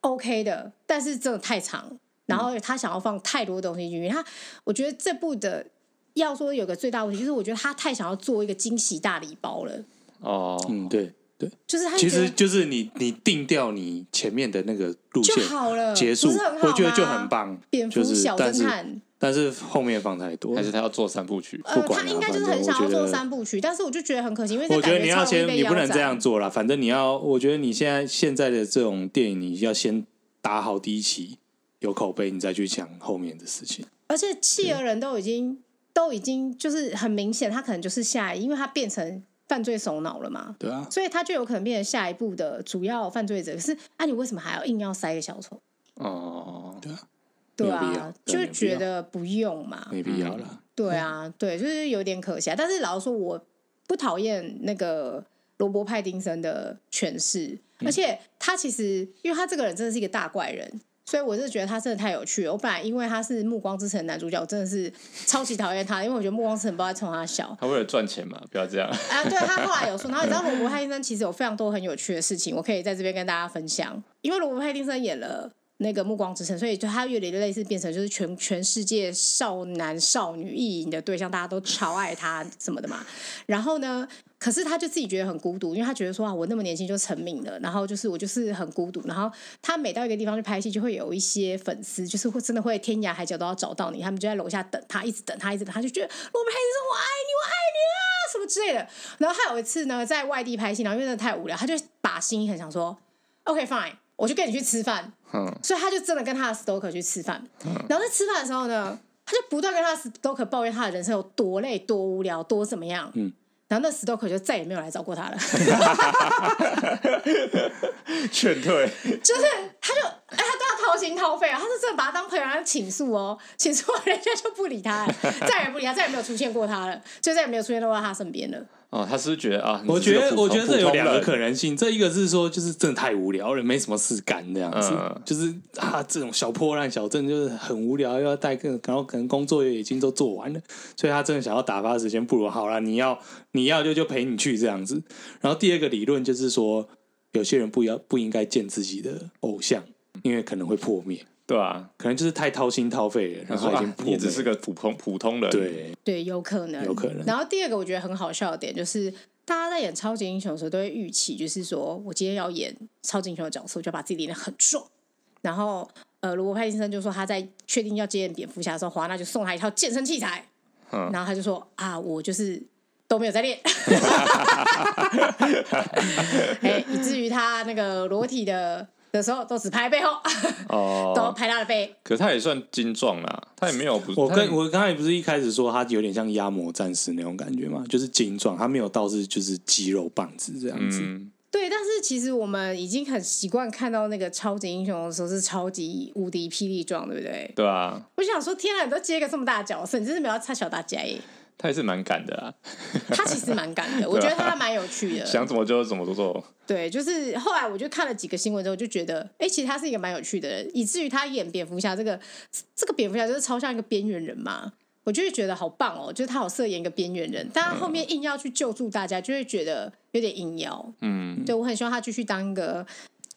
Speaker 1: OK 的，但是真的太长，然后他想要放太多东西进去，他我觉得这部的要说有个最大问题，就是我觉得他太想要做一个惊喜大礼包了，
Speaker 2: 哦，
Speaker 3: 嗯，对对，
Speaker 1: 就是他
Speaker 3: 其
Speaker 1: 觉得
Speaker 3: 实就是你你定掉你前面的那个路线
Speaker 1: 就好了，
Speaker 3: 结束
Speaker 1: 不是很，好
Speaker 3: 我觉得
Speaker 1: 吗
Speaker 3: 就很。棒。
Speaker 1: 蝙蝠
Speaker 3: 就是
Speaker 1: 小
Speaker 3: 但
Speaker 1: 侦
Speaker 3: 是
Speaker 1: 探，
Speaker 3: 但是后面放太多，
Speaker 2: 还是他要做三部曲？哦
Speaker 1: 呃
Speaker 3: 不，管
Speaker 1: 他
Speaker 3: 了
Speaker 1: 应该就是
Speaker 3: 反正
Speaker 1: 很想要
Speaker 3: 我觉
Speaker 1: 做
Speaker 3: 得
Speaker 1: 三部曲，但是我就觉得很可惜，因为这
Speaker 3: 我觉
Speaker 1: 感
Speaker 3: 得
Speaker 1: 超
Speaker 3: 你要
Speaker 1: 容易
Speaker 3: 先，
Speaker 1: 被
Speaker 3: 你不
Speaker 1: 腰
Speaker 3: 能这
Speaker 1: 斩
Speaker 3: 样做啦。反正你要，我觉得你现在现在的这种电影，你要先打好第一期，有口碑，你再去讲后面的事情。
Speaker 1: 而且弃
Speaker 3: 嗯
Speaker 1: 儿人都已经都已经就是很明显，他可能就是下一，因为他变成犯罪首脑了嘛，
Speaker 3: 对啊，
Speaker 1: 所以他就有可能变成下一步的主要犯罪者。可是，啊，你为什么还要硬要塞一个小丑？
Speaker 2: 哦，
Speaker 1: 对
Speaker 3: 没有必
Speaker 1: 啊
Speaker 3: 要，
Speaker 1: 就
Speaker 3: 对
Speaker 1: 是觉得不用嘛。
Speaker 3: 没必要啦。
Speaker 1: 对啊，对，就是有点可惜啊。但是老实说，我不讨厌那个罗伯·派丁森的诠释，而且他其实，因为他这个人真的是一个大怪人。所以我是觉得他真的太有趣了。我本来因为他是《暮光之城》的男主角，我真的是超级讨厌他，因为我觉得《暮光之城》不知道在冲他笑。
Speaker 2: 他为了赚钱嘛，不要这样。
Speaker 1: 啊，对他后来有说，然后你知道罗伯·派丁森其实有非常多很有趣的事情，我可以在这边跟大家分享。因为罗伯·派丁森演了那个《暮光之城》，所以就他有点类似变成就是全全世界少男少女意淫的对象，大家都超爱他什么的嘛。然后呢，可是他就自己觉得很孤独，因为他觉得说啊，我那么年轻就成名了，然后就是我就是很孤独。然后他每到一个地方去拍戏，就会有一些粉丝，就是会真的会天涯海角都要找到你，他们就在楼下等他，一直等他，一直等他，就觉得罗伯·派丁森，我爱你，我爱你啊，什么之类的。然后他有一次呢，在外地拍戏，然后因为真的太无聊，他就把心一横，想说，OK fine，我就跟你去吃饭。
Speaker 2: 嗯，
Speaker 1: 所以他就真的跟他的 stoker 去吃饭。然后在吃饭的时候呢，他就不断跟他的 stoker 抱怨他的人生有多累、多无聊、多怎么样。嗯。然后那 stoker 就再也没有来找过他了，
Speaker 2: 劝退，
Speaker 1: 就是他就哎，他对他掏心掏肺啊，他是真的把他当朋友，他倾诉哦，倾诉完人家就不理他了，再也不理他，再也没有出现过他了，就再也没有出现到他身边了。
Speaker 2: 哦，他是不是觉得啊？
Speaker 3: 我觉得，我觉得这有两个可
Speaker 2: 能，
Speaker 3: 能性。这一个是说，就是真的太无聊了，没什么事干这样子，
Speaker 2: 嗯
Speaker 3: 就是啊，这种小破烂小镇就是很无聊，又要带个，然后可能工作也已经都做完了，所以他真的想要打发时间，不如好了，你要你要就就陪你去这样子。然后第二个理论就是说，有些人不要不应该见自己的偶像，因为可能会破灭，
Speaker 2: 对啊，
Speaker 3: 可能就是太掏心掏肺了，
Speaker 2: 他
Speaker 3: 然
Speaker 2: 说
Speaker 3: 后已经
Speaker 2: 啊，
Speaker 3: 破
Speaker 2: 你
Speaker 3: 灭
Speaker 2: 也
Speaker 3: 了。
Speaker 2: 只是个普通普通人，，
Speaker 3: 对，
Speaker 1: 对，有可能，
Speaker 3: 有可能
Speaker 1: 然后第二个我觉得很好笑的点就是，大家在演超级英雄的时候都会预期，就是说我今天要演超级英雄的角色，我就要把自己练得很壮。然后，呃，罗伯·派金森就说他在确定要接演蝙蝠侠的时候，华纳就送他一套健身器材，
Speaker 2: 嗯
Speaker 1: 然后他就说啊，我就是都没有在练， 哎，以至于他那个裸体的的时候都只拍背后，都
Speaker 2: 哦，
Speaker 1: 拍他的背。
Speaker 2: 可是他也算精壮啦，他也没有不，
Speaker 3: 我跟
Speaker 2: 他
Speaker 3: 我刚才不是一开始说他有点像压模战士那种感觉嘛，就是精壮，他没有到是就是肌肉棒子这样子。
Speaker 2: 嗯，
Speaker 1: 对，但是其实我们已经很习惯看到那个超级英雄的时候是超级无敌霹雳状，对不对？
Speaker 2: 对啊，
Speaker 1: 我想说，天啊，你都接一个这么大的角色，你真是没有要插小大家耶！
Speaker 2: 他也是蛮敢的啊，
Speaker 1: 他其实蛮敢的，我觉得他蛮有趣的。
Speaker 2: 想怎么就怎么做，
Speaker 1: 对，就是后来我就看了几个新闻之后，就觉得，哎，其实他是一个蛮有趣的人，以至于他演蝙蝠侠这个，这个蝙蝠侠就是超像一个边缘人嘛。我就会觉得好棒哦，就是他好适合演一个边缘人，但他后
Speaker 3: 嗯
Speaker 1: 面硬要去救助大家，就会觉得有点硬要。
Speaker 2: 嗯，
Speaker 1: 对我很希望他继续当一个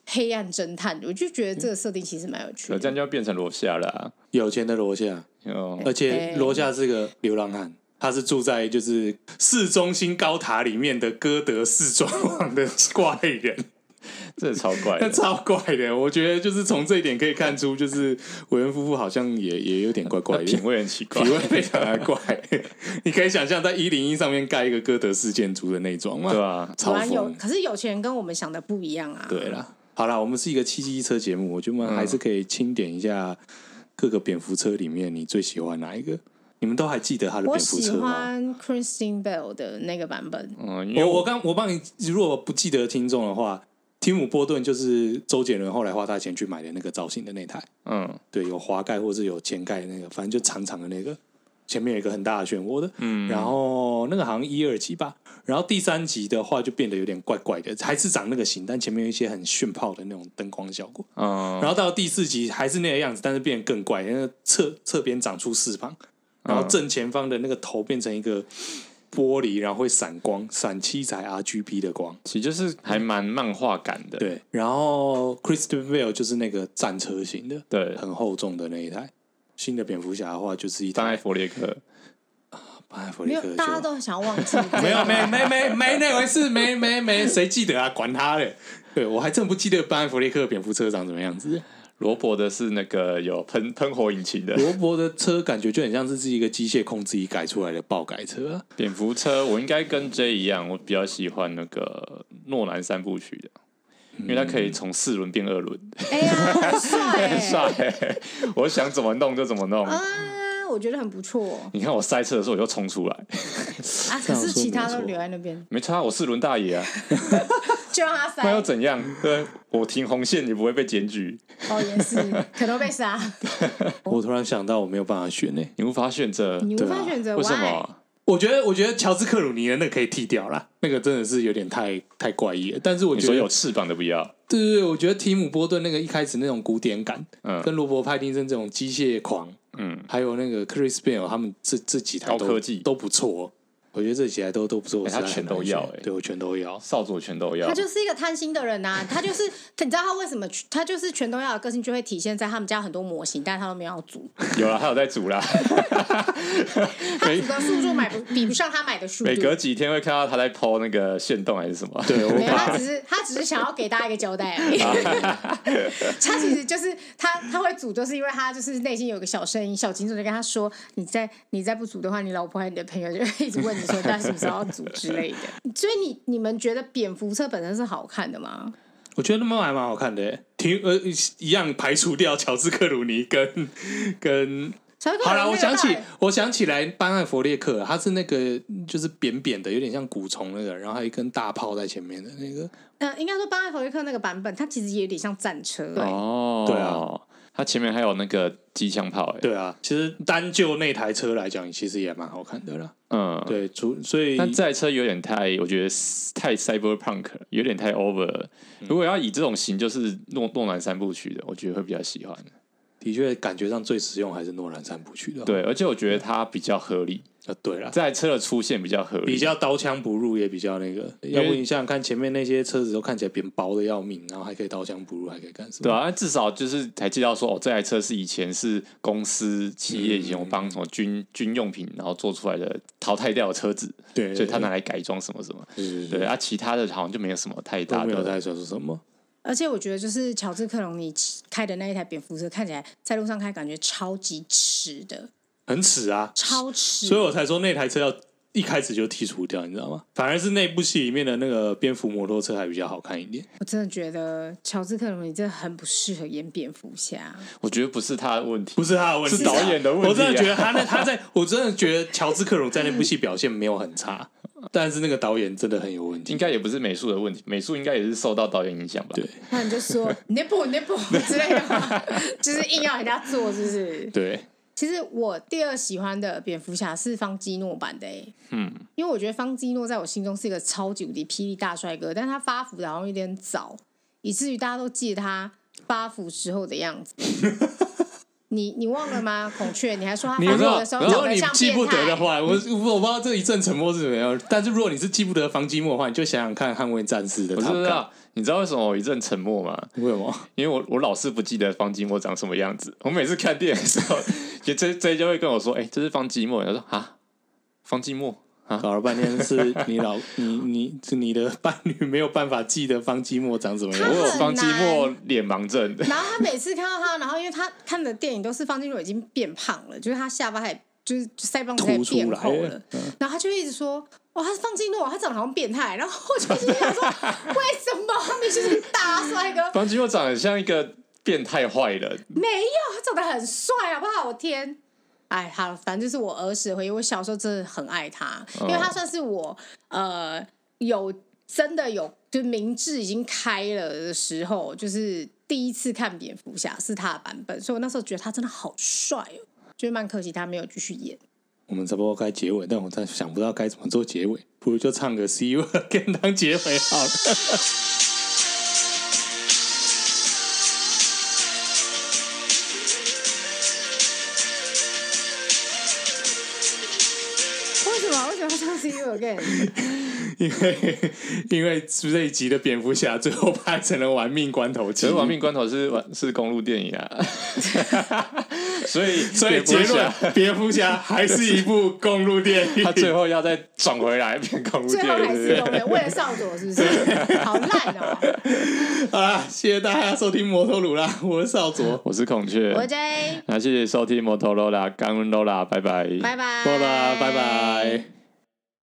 Speaker 1: 黑暗侦探，我就觉得这个设定其实蛮有趣
Speaker 2: 可这样
Speaker 1: 的。
Speaker 2: 就要变成罗夏了啊，
Speaker 3: 有钱的罗夏，
Speaker 2: 哦，
Speaker 3: 而且罗夏是个流浪汉，他是住在就是市中心高塔里面的哥德市庄王的怪人，
Speaker 2: 这超怪
Speaker 3: 那
Speaker 2: 的。
Speaker 3: 超怪的，我觉得就是从这一点可以看出，就是韦恩夫妇好像也也有点怪怪 的，
Speaker 2: 品味很奇怪
Speaker 3: 品，味非常的怪。 你可以想象在一零一上面盖一个哥德式建筑的那种吗？
Speaker 2: 对啊吧？
Speaker 3: 超
Speaker 1: 果然有
Speaker 3: 疯，。
Speaker 1: 可是有钱人跟我们想的不一样啊。
Speaker 3: 对啦，好啦，我们是一个七机车节目，我觉得我们还是可以清点一下各个蝙蝠车里面你最喜欢哪一个？你们都还记得他的
Speaker 1: 我
Speaker 3: 蝙蝠
Speaker 1: 喜
Speaker 3: 车吗？
Speaker 1: 欢 Christine Bell 的那个版本，
Speaker 2: 嗯，因为
Speaker 3: 我我刚我帮你，如果不记得的听众的话，提姆波顿就是周杰伦后来花大钱去买的那个造型的那台，
Speaker 2: 嗯
Speaker 3: 对，有滑盖或是有前盖的那个，反正就长长的那个，前面有一个很大的漩涡的，
Speaker 2: 嗯，
Speaker 3: 然后那个好像一二集吧，然后第三集的话就变得有点怪怪的，还是长那个型，但前面有一些很炫炮的那种灯光效果。
Speaker 2: 嗯，
Speaker 3: 然后到第四集还是那个样子，但是变得更怪，因为侧侧边长出翅膀，然后正前方的那个头变成一个玻璃，然后会闪光，闪七彩 RGB 的光。
Speaker 2: 其实就是还蛮漫画感的，
Speaker 3: 对，然后 Christian Bale 就是那个战车型的，
Speaker 2: 对，
Speaker 3: 很厚重的那一台。新的蝙蝠侠的话，就是一
Speaker 2: 班艾
Speaker 3: 台
Speaker 2: 弗列克，
Speaker 3: 班艾弗
Speaker 1: 没
Speaker 3: 利
Speaker 1: 有
Speaker 3: 克就，
Speaker 1: 大家都想忘记
Speaker 3: 。没有，没没没没那回事，没没没，谁记得啊？管他嘞！对我还真不记得班艾弗利克的蝙蝠车长怎么样子。
Speaker 2: 罗伯的是那个有喷喷火引擎 的
Speaker 3: 罗伯的车感觉就很像是是一个机械控制仪改出来的爆改车啊，
Speaker 2: 蝙蝠车，我应该跟 J 一样，我比较喜欢那个诺兰三部曲的，因为它可以从四轮变二轮，
Speaker 1: 哎呀，很 帅、
Speaker 2: 很
Speaker 1: 欸，
Speaker 2: 帅、 我想怎么弄就怎么弄。
Speaker 1: 啊，我觉得很不错
Speaker 2: 你看我塞车的时候我就冲出来，
Speaker 1: 啊。可是其他都留在那边，
Speaker 2: 没差，我四轮大爷啊，
Speaker 1: 就让他
Speaker 2: 那又
Speaker 1: 塞。
Speaker 2: 怎样？对，我停红线也不会被检举，
Speaker 1: 哦，也是， 可能会被杀。
Speaker 3: 我突然想到我没有办法选呢、
Speaker 2: 你无法选择，
Speaker 1: 你无法选择
Speaker 2: 啊为什
Speaker 1: why？
Speaker 2: 么？
Speaker 3: 我觉得，我觉得乔治克鲁尼的那个可以剃掉啦，那个真的是有点太太怪异了。但是我
Speaker 2: 你
Speaker 3: 觉得
Speaker 2: 说有翅膀的不要，
Speaker 3: 对对对，我觉得提姆波顿那个一开始那种古典感，
Speaker 2: 嗯
Speaker 3: 跟罗伯派丁森这种机械狂，
Speaker 2: 嗯，
Speaker 3: 还有那个 Chris Bale 他们这这几台都
Speaker 2: 高科技
Speaker 3: 都不错哦，我觉得这几台都都不错，
Speaker 2: 哎他
Speaker 3: 实在很
Speaker 2: 全都
Speaker 3: 难选
Speaker 2: 要哎
Speaker 3: 对我全都要。
Speaker 2: 少佐全都要
Speaker 1: 他，就是一个贪心的人呐、他就是你知道他为什么去他就是全都要的个性就会体现在他们家很多模型，但是他都没有要组，
Speaker 2: 有了，还有在煮啦，
Speaker 1: 他组的速度买不比不上他买的速度。
Speaker 2: 每隔几天会看到他在抛那个线动还是什么，
Speaker 3: 对，我
Speaker 1: 没有，
Speaker 3: 把
Speaker 1: 他只是他只是想要给大家一个交代而已。
Speaker 3: 啊
Speaker 1: 他其实就是他他会组，就是因为他就是内心有个小声音，小警总就跟他说：“你再你再不组的话，你老婆还有你的朋友就会一直问你说，到底什么时候要组之类的。”所以你你们觉得蝙蝠车本身是好看的吗？
Speaker 3: 我觉得那漫还蛮好看的耶，挺呃一样排除掉乔治克鲁尼跟 跟
Speaker 1: 小狗
Speaker 3: 好了，我想起
Speaker 1: 哎、
Speaker 3: 我想起来班艾佛列克了，他是那个就是扁扁的，有点像蛊虫那个，然后还有一根大炮在前面的那个，
Speaker 1: 呃，应该说巴艾弗瑞克那个版本，它其实也有点像战车、哎
Speaker 2: 哦，
Speaker 3: 对啊，
Speaker 2: 他前面还有那个机枪炮、欸，，
Speaker 3: 对啊，其实单就那台车来讲，其实也蛮好看的啦。
Speaker 2: 嗯，。
Speaker 3: 对，除所以
Speaker 2: 但这台车有点太，我觉得太 cyberpunk，了有点太 over 了。
Speaker 3: 嗯
Speaker 2: 如果要以这种型，就是诺诺兰三部曲的，我觉得会比较喜欢。
Speaker 3: 的确感觉上最实用还是诺兰三部曲的。
Speaker 2: 对，而且我觉得它比较合理，
Speaker 3: 啊，对啦，
Speaker 2: 这台车的出现比较合理。
Speaker 3: 比较刀枪不入，也比较那个。要不
Speaker 2: 因为
Speaker 3: 你想想看，前面那些车子都看起来扁薄的要命，然后还可以刀枪不入，还可以干什么？
Speaker 2: 对啊，至少就是才记到说，哦，这台车是以前是公司企业以前我帮什么军军用品，然后做出来的淘汰掉的车子，
Speaker 3: 对，
Speaker 2: 所以他拿来改装什么什么。
Speaker 3: 对
Speaker 2: 对啊，其他的好像就没有什么太
Speaker 3: 都
Speaker 2: 大
Speaker 3: 没有
Speaker 2: 的。
Speaker 3: 在说什么。
Speaker 1: 而且我觉得就是乔治克隆尼骑开的那一台蝙蝠车，看起来在路上开感觉超级迟的，
Speaker 3: 很耻
Speaker 2: 嗯
Speaker 3: 啊，
Speaker 1: 超迟。
Speaker 3: 所以我才说那台车要一开始就剔除掉，你知道吗？反而是那部戏里面的那个蝙蝠摩托车还比较好看一点。
Speaker 1: 我真的觉得乔治·克隆尼真的很不适合演蝙蝠侠。
Speaker 2: 我觉得不是他的问题，
Speaker 3: 不是他的问题
Speaker 2: 是
Speaker 3: 啊，
Speaker 2: 导演的问题啊
Speaker 3: 我真的觉得他那他在我真的觉得乔治克隆在那部戏表现没有很差，但是那个导演真的很有问
Speaker 2: 应
Speaker 3: 题。
Speaker 2: 该也不是美术的问题，美术应该也是受到导演影响吧。
Speaker 3: 对
Speaker 1: 那你就说 nipple nipple 之类的话，就是硬要人家做，是不是？
Speaker 3: 对，
Speaker 1: 其实我第二喜欢的蝙蝠侠是方基诺版的、欸，
Speaker 2: 嗯，
Speaker 1: 因为我觉得方基诺在我心中是一个超级无敌霹雳大帅哥，但他发福的好像有点早，以至于大家都记得他发福时候的样 子。你你忘了吗？孔雀，你还说他
Speaker 3: 你
Speaker 1: 发
Speaker 3: 有没
Speaker 1: 福
Speaker 3: 有？
Speaker 1: 的时候
Speaker 3: 如
Speaker 1: 长
Speaker 3: 果
Speaker 1: 得
Speaker 3: 你
Speaker 1: 像
Speaker 3: 记不
Speaker 1: 变
Speaker 3: 得的
Speaker 1: 态？
Speaker 3: 话，我我我不知道这一阵沉默是怎么样。但是如果你是记不得方基莫的话，你就想想看《捍卫战士》的
Speaker 2: 我
Speaker 3: 他
Speaker 2: 知
Speaker 3: 干，
Speaker 2: 道，你知道为什么我一阵沉默吗？
Speaker 3: 为什么？
Speaker 2: 因为我我老是不记得方寂寞长什么样子。我每次 看电影的时候，也这这就会跟我说：“哎、这是方寂寞。”他说：“啊，方寂寞。”
Speaker 3: 搞了半天是你老你你是你的伴侣没有办法记得方季莫长什么
Speaker 2: 我
Speaker 3: 样
Speaker 1: 他
Speaker 3: 子，
Speaker 2: 有
Speaker 1: 很
Speaker 2: 方季
Speaker 1: 难
Speaker 2: 莫脸盲症，
Speaker 1: 然后他每次看到他，然后因为他看的电影都是方金若已经变胖了，就是他下巴还就是腮帮子还
Speaker 3: 凸出
Speaker 1: 变
Speaker 3: 来嗯
Speaker 1: 厚了，然后他就一直说。哦，他是方金诺，他长得好像变态，然后我 就心想说，为什么他明明就是大帅哥，
Speaker 2: 方季莫长得像一个变态坏人，
Speaker 1: 没有，他长得很帅，好不好？我天！哎，好，反正就是我儿时的回忆。我小时候真的很爱他，因为他算是我呃有真的有就明智已经开了的时候，就是第一次看蝙蝠侠是他的版本，所以我那时候觉得他真的好帅哦，觉得蛮可惜他没有继续演。
Speaker 3: 我们差不多该结尾，但我在想不到该怎么做结尾，不如就唱个 See You Again 当结尾好 了。
Speaker 1: 为什 么？为什么要唱 See You Again？
Speaker 3: 因为因为这一集的蝙蝠侠最后拍成了玩命关头
Speaker 2: 其
Speaker 3: 七，
Speaker 2: 实《亡命关头是》玩是公路电影 啊，所以
Speaker 3: 所以
Speaker 2: 蝙蝠
Speaker 3: 结
Speaker 2: 侠
Speaker 3: 论，蝙蝠侠还是一部公路电影。
Speaker 2: 他最后要再转回来变公路
Speaker 1: 最
Speaker 2: 电
Speaker 1: 后还
Speaker 2: 影，
Speaker 1: 是
Speaker 2: 对
Speaker 1: 有
Speaker 2: 不对？
Speaker 1: 没为了少佐是不是？好烂哦！
Speaker 3: 好啦，啊谢谢大家收听摩托鲁啦，我是少佐，
Speaker 2: 我是孔雀，
Speaker 1: 我 J，
Speaker 2: 那谢谢收听摩托罗拉，感恩罗拉，拜拜，
Speaker 1: 拜拜，
Speaker 3: 好啦，拜拜。